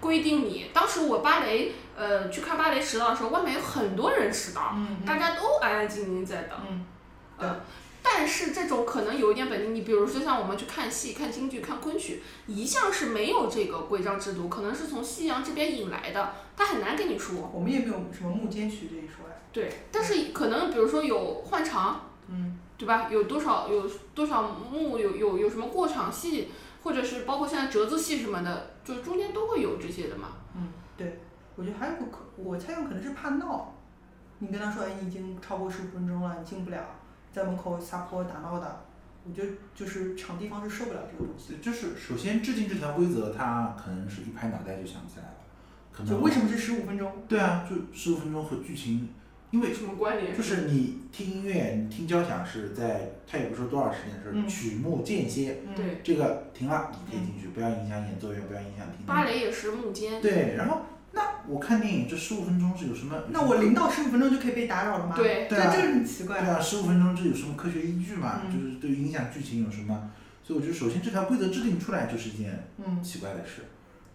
Speaker 4: 规定你。当时我芭蕾，呃，去看芭蕾迟到的时候，外面有很多人迟到，
Speaker 6: 嗯
Speaker 4: 大家都安安静静在等。呃
Speaker 6: 嗯
Speaker 4: 但是这种可能有一点本地，你比如说像我们去看戏、看京剧、看昆曲，一向是没有这个规章制度，可能是从西洋这边引来的，他很难跟你说。
Speaker 6: 我们也没有什么幕间曲这一说呀。
Speaker 4: 对，但是可能比如说有换场，
Speaker 6: 嗯，
Speaker 4: 对吧？有多少有多少幕，有有有什么过场戏，或者是包括现在折子戏什么的，就中间都会有这些的嘛。
Speaker 6: 我觉得还有个可，我猜有可能是怕闹。你跟他说，哎，你已经超过十五分钟了，你进不了，在门口撒泼打闹的，我觉得就是场地方是受不了这个东西。
Speaker 5: 就是首先制定这条规则，他可能是一拍脑袋就想起来了，可能
Speaker 6: 就为什么是十五分钟？
Speaker 5: 对啊，就十五分钟和剧情，因为
Speaker 4: 有什么关联？
Speaker 5: 就是你听音乐，你听交响是在他也不说多少时间的时候，
Speaker 6: 嗯
Speaker 5: 曲目间歇，
Speaker 6: 嗯，
Speaker 4: 对，
Speaker 5: 这个停了，你可以进去，不要影响演奏乐，不要影响听众
Speaker 4: 芭蕾也是幕间，
Speaker 5: 对，然后那我看电影这十五分钟是有什么？
Speaker 6: 那我零到十五分钟就可以被打扰了吗？
Speaker 4: 对
Speaker 5: 对啊
Speaker 6: 这个很奇
Speaker 5: 对
Speaker 6: 怪。
Speaker 5: 啊，十五分钟这有什么科学依据嘛？
Speaker 6: 嗯
Speaker 5: 就是对于影响剧情有什么？所以我觉得首先这条规则制定出来就是一件
Speaker 6: 嗯，
Speaker 5: 奇怪的事，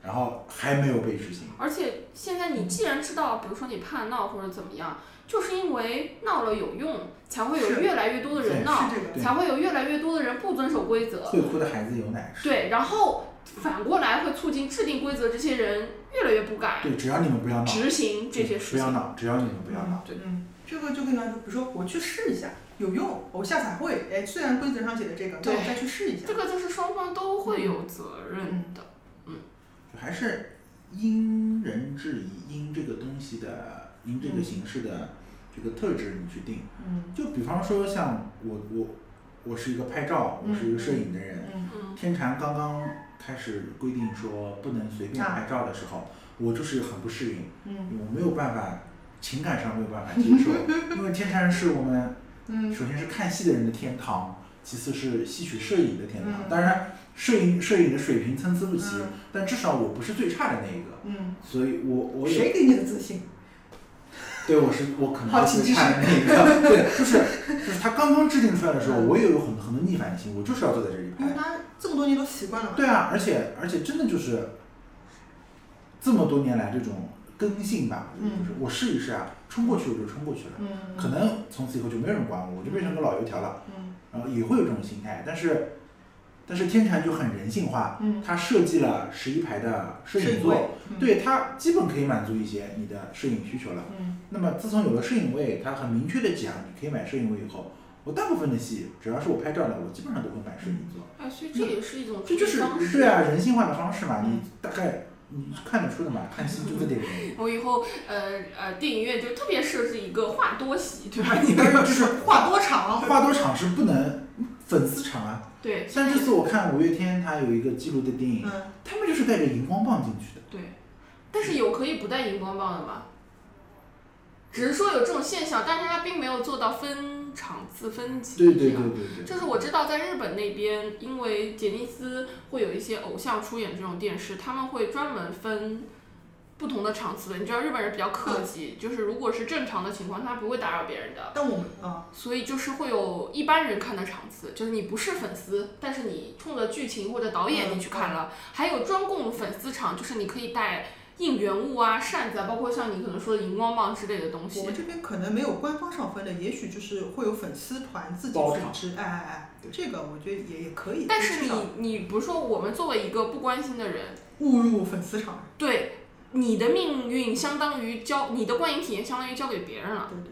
Speaker 5: 然后还没有被执行。
Speaker 4: 而且现在你既然知道，比如说你怕闹或者怎么样，就是因为闹了有用，才会有
Speaker 6: 是
Speaker 4: 越来越多的人闹，
Speaker 6: 是这个。
Speaker 5: 对
Speaker 4: 才会有越来越多的人不遵守规则。
Speaker 5: 会哭的孩子有奶吃。
Speaker 4: 对，然后反过来会促进制定规则这些人越来越不敢
Speaker 5: 对，只要你们不要闹，
Speaker 4: 执行这些
Speaker 5: 不
Speaker 4: 事
Speaker 5: 要
Speaker 4: 情。
Speaker 5: 闹，只要你们不要闹。
Speaker 4: 对
Speaker 6: 嗯，这个就跟他说，比如说我去试一下有用，我下载会，哎，虽然规则上写的这个，但
Speaker 4: 对
Speaker 6: 我再去试一下
Speaker 4: 这。个就是双方都会有责任的。
Speaker 5: 还是因人制宜，因这个东西的，因这个形式的这个特质你去定。
Speaker 6: 嗯
Speaker 5: 就比方说，像我我我是一个拍照，我是一个摄影的人。
Speaker 6: 嗯
Speaker 4: 嗯，
Speaker 5: 天蟾刚刚开始规定说不能随便拍照的时候，我就是很不适应，
Speaker 6: 嗯
Speaker 5: 我没有办法，情感上没有办法接受，因为天蟾是我们
Speaker 6: 嗯
Speaker 5: 首先是看戏的人的天堂，其次是戏曲摄影的天堂。
Speaker 6: 嗯
Speaker 5: 当然，摄影摄影的水平参差不齐，
Speaker 6: 嗯
Speaker 5: 但至少我不是最差的那一个，
Speaker 6: 嗯，
Speaker 5: 所以我我也
Speaker 6: 谁给你的自信？
Speaker 5: 对我是我可
Speaker 6: 好
Speaker 5: 能
Speaker 6: 奇
Speaker 5: 是最
Speaker 6: 之
Speaker 5: 差的那一 个。对，就是就是他刚刚制定出来的时候，
Speaker 6: 嗯
Speaker 5: 我也有很很多逆反心，我就是要坐在这里
Speaker 6: 因为
Speaker 5: 拍。
Speaker 6: 大家这么多年都习惯了嘛。
Speaker 5: 对啊，而且而且真的就是这么多年来这种根性吧，
Speaker 6: 嗯
Speaker 5: 就是我试一试啊，冲过去我就冲过去了。
Speaker 6: 嗯
Speaker 5: 可能从此以后就没有人管我，我就变成个老油条了。
Speaker 6: 嗯
Speaker 5: 然后也会有这种心态，但是但是天蟾就很人性化，
Speaker 6: 嗯，
Speaker 5: 它设计了十一排的摄
Speaker 6: 摄
Speaker 5: 影
Speaker 6: 影位
Speaker 5: 座，，
Speaker 6: 嗯，
Speaker 5: 对它基本可以满足一些你的摄影需求了。
Speaker 6: 嗯
Speaker 5: 那么自从有了摄影位，它很明确的讲你可以买摄影位以后，我大部分的戏只要是我拍照的，我基本上都会买摄影座，
Speaker 4: 哎，所以这也是一种
Speaker 5: 嗯这
Speaker 4: 处
Speaker 5: 就
Speaker 4: 理
Speaker 5: 是
Speaker 4: 方式。
Speaker 5: 对啊人性化的方式嘛，
Speaker 6: 嗯
Speaker 5: 你大概你看得出的 嘛，看戏就这点原因。
Speaker 4: 我以后呃呃，电影院就特别设置一个话多席，对吧？
Speaker 5: 你看就是
Speaker 6: 话多长？
Speaker 5: 话多场是不能粉丝场啊，
Speaker 4: 对，
Speaker 5: 像这次我看五月天他有一个记录的电影，
Speaker 6: 嗯，
Speaker 5: 他们就是带着荧光棒进去的。
Speaker 4: 对，但是有可以不带荧光棒的吗？只是说有这种现象，但是它并没有做到分场次分级
Speaker 5: 对对
Speaker 4: 这
Speaker 5: 对
Speaker 4: 样
Speaker 5: 对对，
Speaker 4: 就是我知道在日本那边，因为杰尼斯会有一些偶像出演这种电视，他们会专门分不同的场次。你知道日本人比较客气，就是如果是正常的情况，他不会打扰别人的，
Speaker 6: 但我们啊，
Speaker 4: 所以就是会有一般人看的场次，就是你不是粉丝，但是你冲着剧情或者导
Speaker 6: 嗯
Speaker 4: 演你去看了，还有专供粉丝场，就是你可以带应援物啊、扇子啊，包括像你可能说的荧光棒之类的东
Speaker 6: 我
Speaker 4: 西
Speaker 6: 们。这边可能没有官方上分的，也许就是会有粉丝团自己
Speaker 5: 包
Speaker 6: 去
Speaker 5: 场
Speaker 6: 支，哎哎哎，这个我觉得也也可以。
Speaker 4: 但是
Speaker 6: 至
Speaker 4: 你
Speaker 6: 少
Speaker 4: 你不是说我们作为一个不关心的人，
Speaker 6: 误入粉丝场，
Speaker 4: 对，你的命运相当于交你的观影体验相当于交给别人
Speaker 6: 对
Speaker 4: 了，
Speaker 6: 对。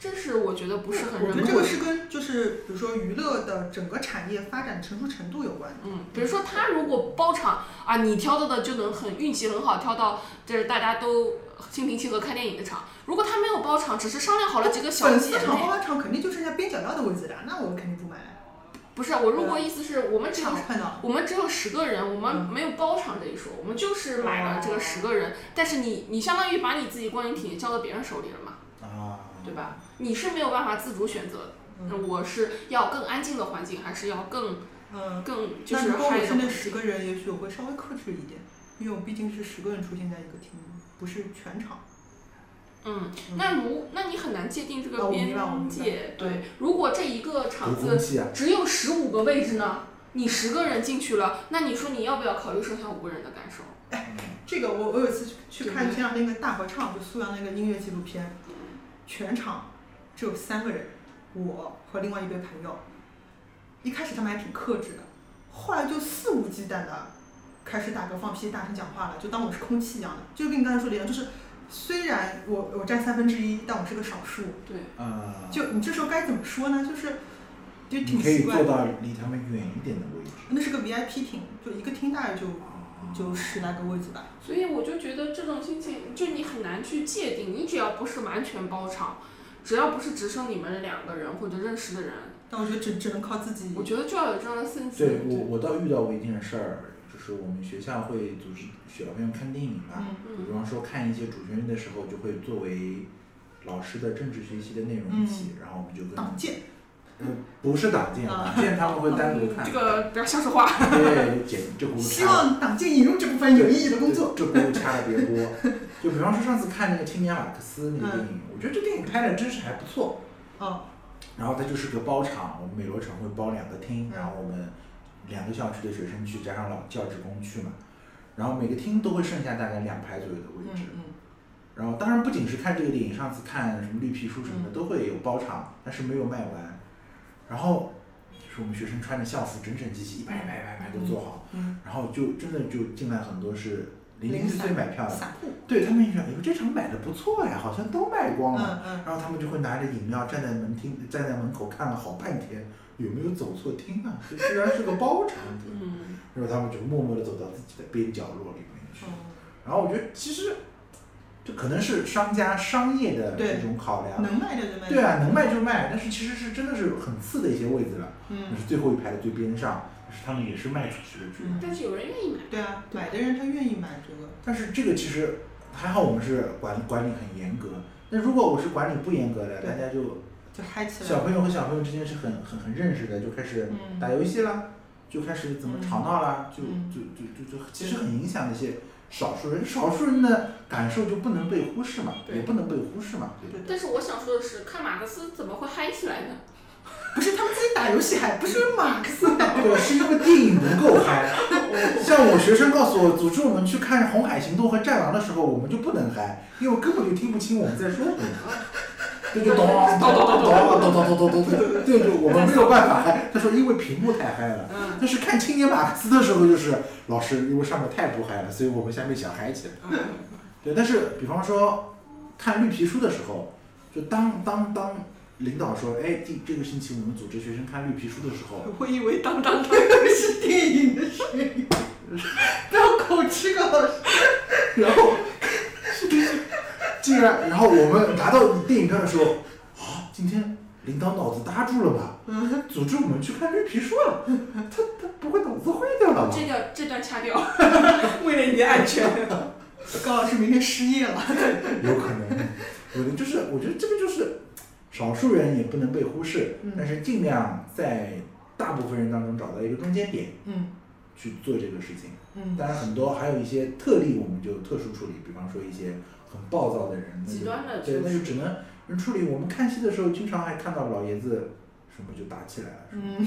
Speaker 4: 这是我觉得不是很
Speaker 6: 我
Speaker 4: 人
Speaker 6: 觉得这个
Speaker 4: 道。
Speaker 6: 是跟就是比如说娱乐的整个产业发展成熟程度有关的。
Speaker 4: 嗯，比如说他如果包场啊，你挑到的就能很运气很好，挑到就是大家都心平气和看电影的场。如果他没有包场，只是商量好了几个小
Speaker 6: 粉
Speaker 4: 姐
Speaker 6: 丝
Speaker 4: 妹，
Speaker 6: 场、包包场肯定就剩下边角料的位置了，那我肯定不买。
Speaker 4: 不是我如果意思是我们只有
Speaker 6: 场看到，
Speaker 4: 我们只有十个人，我们没有包场这一说，我们就是买了这个十个人，但是你你相当于把你自己观影体验交到别人手里了嘛，
Speaker 5: 啊，
Speaker 4: 对吧？嗯你是没有办法自主选择的。我是要更安静的环境，还是要更
Speaker 6: 嗯，
Speaker 4: 更就
Speaker 6: 那
Speaker 4: 是
Speaker 6: 如果
Speaker 4: 嗨
Speaker 6: 我
Speaker 4: 的
Speaker 6: 是
Speaker 4: 环
Speaker 6: 那
Speaker 4: 境？
Speaker 6: 十个人，也许我会稍微克制一点，因为我毕竟是十个人出现在一个厅，不是全场。
Speaker 4: 嗯，那如那你很难界定这
Speaker 6: 哦
Speaker 4: 个
Speaker 6: 我明
Speaker 4: 边
Speaker 6: 白我明白
Speaker 4: 界。对，如果这一个
Speaker 5: 读
Speaker 4: 场
Speaker 5: 空
Speaker 4: 子
Speaker 5: 气啊，
Speaker 4: 只有十五个位置呢，你十个人进去了，那你说你要不要考虑剩下五个人的感受？
Speaker 5: 哎
Speaker 6: 这个我我有一次去去
Speaker 4: 对
Speaker 6: 看前两天那个大合唱，就苏阳那个音乐纪录片，
Speaker 5: 嗯
Speaker 6: 全场只有三个人，我和另外一对朋友。一开始他们还挺克制的，后来就肆无忌惮的开始打嗝放屁、大声讲话了，就当我是空气一样的。就跟你刚才说的一样，就是虽然我我占三分之一，但我是个少数。
Speaker 4: 对，
Speaker 5: 啊，
Speaker 6: 就你这时候该怎么说呢？就是就挺
Speaker 5: 你可以
Speaker 6: 奇怪
Speaker 5: 坐
Speaker 6: 的。
Speaker 5: 到离他们远一点的位置。
Speaker 6: 那是个 VIP 厅，就一个厅大概就就十来个位置吧。
Speaker 4: 所以我就觉得这种心情，就你很难去界定，你只要不是完全包场，只要不是只剩你们两个人或者认识的人，
Speaker 6: 但我觉得只只能靠自己。
Speaker 4: 我觉得就要有这样的 sense。
Speaker 5: 对我，我倒遇到过一件事儿，就是我们学校会组织小朋友看电影嘛，
Speaker 6: 嗯
Speaker 5: 比方说看一些主旋律的时候，就会作为老师的政治学习的内容一起，然后我们就跟
Speaker 6: 挡箭。
Speaker 5: 不是党建，
Speaker 6: 啊
Speaker 5: 党建他们会单独
Speaker 4: 嗯，
Speaker 5: 看，
Speaker 4: 这个不要瞎说话。
Speaker 5: 对，剪这轱辘
Speaker 6: 希
Speaker 5: 掐了，
Speaker 6: 望党建引入这部分有意义的工作。
Speaker 5: 这轱辘掐了别播。就比方说上次看那个《青年马克思》那个电影，我觉得这电影拍的真是还不错，
Speaker 6: 嗯，
Speaker 5: 然后它就是个包场，我们美罗城会包两个厅
Speaker 6: 嗯，
Speaker 5: 然后我们两个校区的学生去，加上老教职工去嘛，然后每个厅都会剩下大概两排左右的位置。
Speaker 6: 嗯
Speaker 5: 然后当然不仅是看这个电影，上次看什么绿皮书什么
Speaker 6: 嗯
Speaker 5: 的都会有包场，但是没有卖完。然后就是我们学生穿着校服，整整齐齐，一排一排一排一排都坐好，
Speaker 6: 嗯
Speaker 5: 然后就真的就进来很多是零零碎碎买票
Speaker 6: 嗯，
Speaker 5: 的，
Speaker 6: 散户。
Speaker 5: 对他们一看，哎呦这场买的不错呀，好像都卖光了。
Speaker 6: 嗯嗯，
Speaker 5: 然后他们就会拿着饮料站在门厅，站在门口看了好半天，有没有走错厅啊？这居然是个包场
Speaker 4: 嗯，
Speaker 5: 然后他们就默默地走到自己的边角落里面去。
Speaker 6: 嗯
Speaker 5: 然后我觉得其实，这可能是商家商业的
Speaker 6: 对
Speaker 5: 这种考量。
Speaker 6: 能卖的就卖。
Speaker 5: 对。啊，能卖就卖，但是其实是真的是很次的一些位置了，那
Speaker 6: 嗯，
Speaker 5: 是最后一排的最边上，但是他们也是卖出去的剧。
Speaker 6: 嗯
Speaker 4: 但是有人愿意买。
Speaker 6: 对啊，买的人他愿意买这个。
Speaker 5: 但是这个其实还好，我们是管管理很严格。那如果我是管理不严格的，
Speaker 6: 对
Speaker 5: 大家就
Speaker 6: 就嗨起来
Speaker 5: 小
Speaker 6: 了，
Speaker 5: 朋友和小朋友之间是很很很认识的，就开始
Speaker 6: 嗯
Speaker 5: 打游戏啦，就开始怎么吵闹啦，就
Speaker 6: 嗯
Speaker 5: 就就就就其实很影响那些少数人，少数人的感受就不能被忽视嘛，
Speaker 6: 对
Speaker 5: 也不能被忽视嘛，对吧？
Speaker 4: 但是我想说的是，看马克思怎么会嗨起来呢？
Speaker 6: 不是他们自己打游戏哎还不是马克思打，
Speaker 5: 对，是因为电影不够嗨。像我学生告诉我，组织我们去看《红海行动》和《战狼》的时候，我们就不能嗨，因为我根本就听不清我们在说什么。这就咚咚咚咚咚咚咚咚咚，对对，我们没有办法嗨。他说因为屏幕太嗨了，但是看《青年马克思》的时候就是老师，因为上面太不嗨了，所以我们下面想嗨起来。对，但是比方说看绿皮书的时候，就当当当领导说，哎，这这个星期我们组织学生看绿皮书的时候，
Speaker 6: 我以为当当当是电影的声音，当口吃个老师，
Speaker 5: 然后竟然，然后我们拿到电影票的时候，啊，今天领导脑子搭住了吧？
Speaker 6: 嗯，
Speaker 5: 组织我们去看绿皮书了，他他不会脑子坏掉了吧？
Speaker 4: 这段这段 掐掉。
Speaker 6: 为了你的安全，高老师明天失业了，
Speaker 5: 有可能，有的就是我觉得这个就是少数人也不能被忽视，
Speaker 6: 嗯
Speaker 5: 但是尽量在大部分人当中找到一个中间点
Speaker 6: 嗯
Speaker 5: 去做这个事情。
Speaker 6: 嗯
Speaker 5: 当然，很多还有一些特例，我们就特殊处理，比方说一些很暴躁的人，那就
Speaker 4: 极端的
Speaker 5: 对，
Speaker 4: 处
Speaker 5: 那
Speaker 4: 理
Speaker 5: 就只能人处理。我们看戏的时候，经常还看到老爷子什么就打起来了，什么
Speaker 6: 嗯，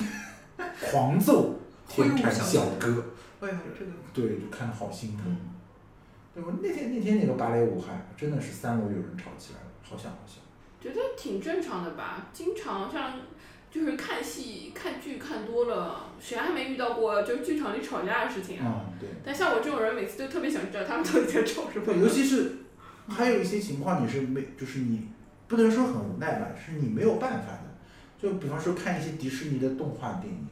Speaker 5: 狂揍
Speaker 6: 挥
Speaker 5: 天
Speaker 6: 舞
Speaker 5: 产
Speaker 6: 小
Speaker 5: 小哥，
Speaker 6: 哎呀，这个
Speaker 5: 对，就看得好心疼
Speaker 6: 嗯。
Speaker 5: 对，我那天那天那个芭蕾舞还真的是三楼有人吵起来了，好想好想。
Speaker 4: 觉得挺正常的吧，经常像就是看戏、看剧看多了，谁还没遇到过就剧场里吵架的事情啊？
Speaker 5: 嗯，对。
Speaker 4: 但像我这种人，每次都特别想知道他们到底在吵什么。
Speaker 5: 对，尤其是还有一些情况，你是没，就是你不能说很无奈吧，是你没有办法的。就比方说看一些迪士尼的动画电影，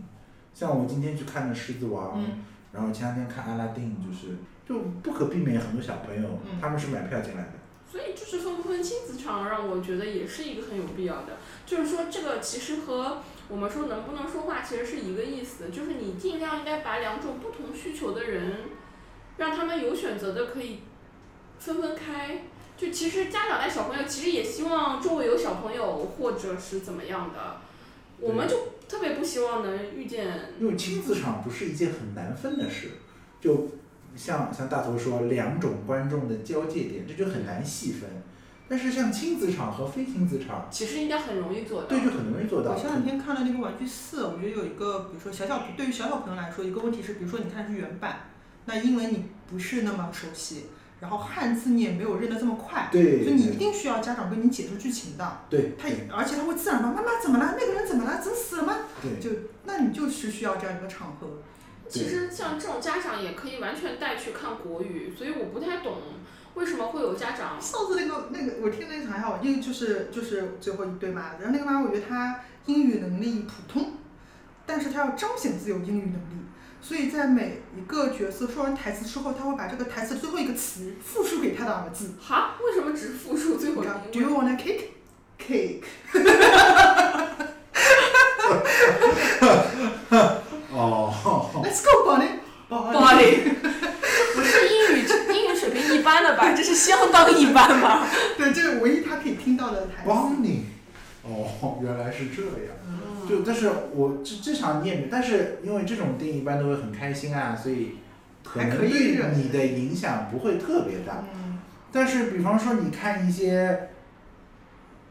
Speaker 5: 像我今天去看的《狮子王》
Speaker 6: 嗯
Speaker 5: 然后前两天看《阿拉丁》，就是就不可避免，很多小朋友、
Speaker 6: 嗯
Speaker 5: 他们是买票进来的，
Speaker 4: 所以就是分不分亲子场，让我觉得也是一个很有必要的。就是说，这个其实和我们说能不能说话其实是一个意思，就是你尽量应该把两种不同需求的人，让他们有选择的可以分分开。就其实家长带小朋友，其实也希望周围有小朋友或者是怎么样的，我们就特别不希望能遇见。
Speaker 5: 因为亲子场不是一件很难分的事，就像像大头说两种观众的交界点，这就很难细分。但是像亲子场和非亲子场，
Speaker 4: 其实应该很容易做到。
Speaker 5: 对，就很容易做到
Speaker 6: 我。前两天看了那个《玩具四》，我觉得有一个，比如说小小对于小小朋友来说，一个问题是，比如说你看是原版，那英文你不是那么熟悉，然后汉字你也没有认得这么快，
Speaker 5: 对，
Speaker 6: 所以你一定需要家长跟你解释剧情的。
Speaker 5: 对，
Speaker 6: 他而且他会自然说：“妈妈怎么了？那个人怎么了？怎么死了吗
Speaker 5: 对？”
Speaker 6: 就那你就是需要这样一个场合。
Speaker 4: 其实像这种家长也可以完全带去看国语，所以我不太懂为什么会有家长
Speaker 6: 上次那个那个，我听那场还好，因为就是就是最后一对妈，然后那个妈，我觉得她英语能力普通，但是她要彰显自己有英语能力，所以在每一个角色说完台词之后，她会把这个台词最后一个词复述给她的儿子。
Speaker 4: 哈，为什么只复述最后一
Speaker 6: Do
Speaker 4: 句？
Speaker 6: you want a cake? Cake。
Speaker 5: 哦，
Speaker 6: Let's go, Bonnie.
Speaker 4: 哦
Speaker 6: Bonnie。
Speaker 2: Body，不是英语英语水平一般的吧？这是相当一般吧？
Speaker 6: 对，这是唯一她可以听到的台词。
Speaker 5: 帮你。哦，原来是这样。
Speaker 6: 嗯
Speaker 5: 就但是我这这场你也没，但是因为这种电影一般都会很开心啊，所以可
Speaker 6: 还
Speaker 5: 能
Speaker 6: 可以
Speaker 5: 对
Speaker 6: 忍
Speaker 5: 你的影响不会特别大。
Speaker 6: 嗯，
Speaker 5: 但是，比方说，你看一些，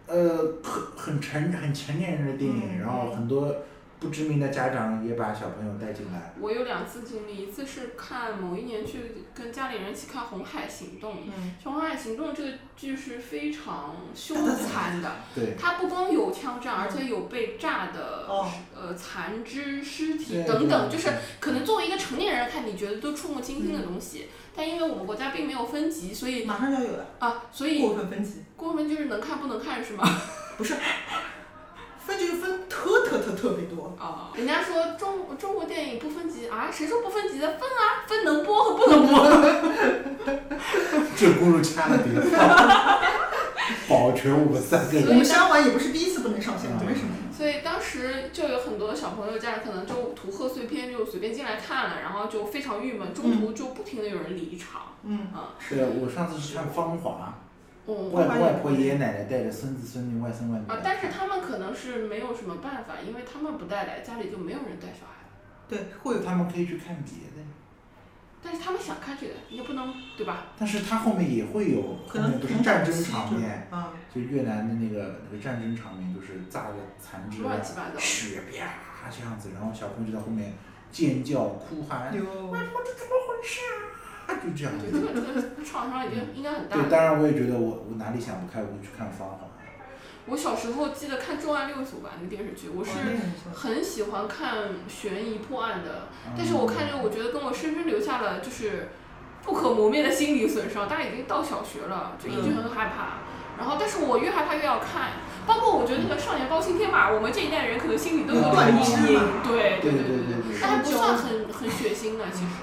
Speaker 5: 呃，很很成很成年人的电影，
Speaker 6: 嗯
Speaker 5: 然后很多不知名的家长也把小朋友带进来。
Speaker 4: 我有两次经历，一次是看某一年去跟家里人一起看《红海行动》，
Speaker 6: 嗯
Speaker 4: 《红海行动》这个剧是非常凶残的，
Speaker 5: 对，
Speaker 4: 它不光有枪战，而且有被炸的、
Speaker 6: 哦
Speaker 4: 呃残肢、尸体
Speaker 5: 对
Speaker 4: 等等，就
Speaker 5: 对
Speaker 4: 是可能作为一个成年人看，你觉得都触目惊心的东西，但因为我们国家并没有分级，所以
Speaker 6: 马上就要有了。
Speaker 4: 啊，所以
Speaker 6: 过分分级，
Speaker 4: 过分就是能看不能看是吗？
Speaker 6: 分就是分特特特特别多。
Speaker 4: 啊，人家说中中国电影不分级啊，谁说不分级的？分啊，分能播和不能播。
Speaker 5: 这轱辘掐了别放，保全我们三个
Speaker 4: 所
Speaker 6: 我
Speaker 5: 人。
Speaker 4: 以
Speaker 6: 们香丸也不是第一次不能上线
Speaker 5: 嗯，
Speaker 6: 为什么？
Speaker 4: 所以当时就有很多小朋友家长可能就图贺岁片就随便进来看了，然后就非常郁闷，中途就不停的有人离场。
Speaker 6: 嗯，
Speaker 5: 对，我上次是看《芳华》，
Speaker 4: 哦、
Speaker 5: 外公外婆、爷爷奶奶带着孙子孙女、外孙外女
Speaker 4: 啊
Speaker 5: 来，
Speaker 4: 但是
Speaker 5: 看
Speaker 4: 他们可能是没有什么办法，因为他们不带来，家里就没有人带小孩了。
Speaker 6: 对，会有
Speaker 5: 他们可以去看别的，
Speaker 4: 但是他们想看这个，你也不能对吧？
Speaker 5: 但是他后面也会有，
Speaker 6: 可
Speaker 5: 后
Speaker 6: 能
Speaker 5: 面不是战争场面，
Speaker 6: 啊，
Speaker 5: 就越南的那个那个战争场面，就是炸的残肢啊
Speaker 4: 乱七八糟
Speaker 5: 血啪这样子，然后小朋友就在后面尖叫哭喊，
Speaker 6: 有
Speaker 5: 啊就这样
Speaker 4: 对，这
Speaker 5: 子。
Speaker 4: 个这个创伤已经应该很大
Speaker 5: 对，
Speaker 4: 了。
Speaker 5: 当然我也觉得我我哪里想不开，我就去看《芳华》。
Speaker 4: 我小时候记得看《重案六组》吧，那个电视剧，我是
Speaker 6: 那个很像
Speaker 4: 很喜欢看悬疑破案的，
Speaker 5: 嗯
Speaker 4: 但是我看着我觉得跟我深深留下了就是不可磨灭的心理损伤。大家已经到小学了，就一直很害怕。
Speaker 5: 嗯
Speaker 4: 然后，但是我越害怕越要看，包括我觉得那个《少年包青天》嘛，我们这一代人可能心里都有点
Speaker 5: 有断
Speaker 4: 阴
Speaker 6: 肢
Speaker 4: 影
Speaker 6: 嘛。
Speaker 4: 对对
Speaker 5: 对对
Speaker 4: 对
Speaker 5: 对对嗯
Speaker 4: 但还不算很很血腥的其实。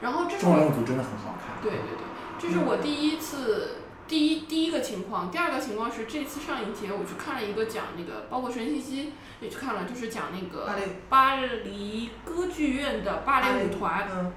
Speaker 4: 然后这
Speaker 5: 《
Speaker 4: 是
Speaker 5: 重
Speaker 4: 我
Speaker 5: 任组》真的很好看。啊
Speaker 4: 对对对，这是我第一次，第一第一个情况。第二个情况是这次上影节我去看了一个讲那个，包括陈妍希也去看了，就是讲那
Speaker 6: 芭
Speaker 4: 个
Speaker 6: 蕾
Speaker 4: 巴黎歌剧院的芭蕾舞团。
Speaker 6: 嗯，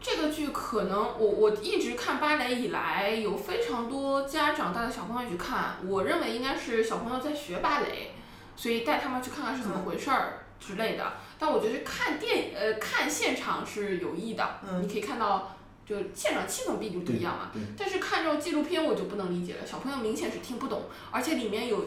Speaker 4: 这个剧可能我我一直看芭蕾以来，有非常多家长带着小朋友去看，我认为应该是小朋友在学芭蕾，所以带他们去看看是怎么
Speaker 5: 嗯
Speaker 4: 回事儿之类的。但我觉得看电呃看现场是有益的，
Speaker 6: 嗯
Speaker 4: 你可以看到就现场气氛毕竟不一样嘛
Speaker 5: 对对。
Speaker 4: 但是看这种纪录片我就不能理解了，小朋友明显是听不懂，而且里面有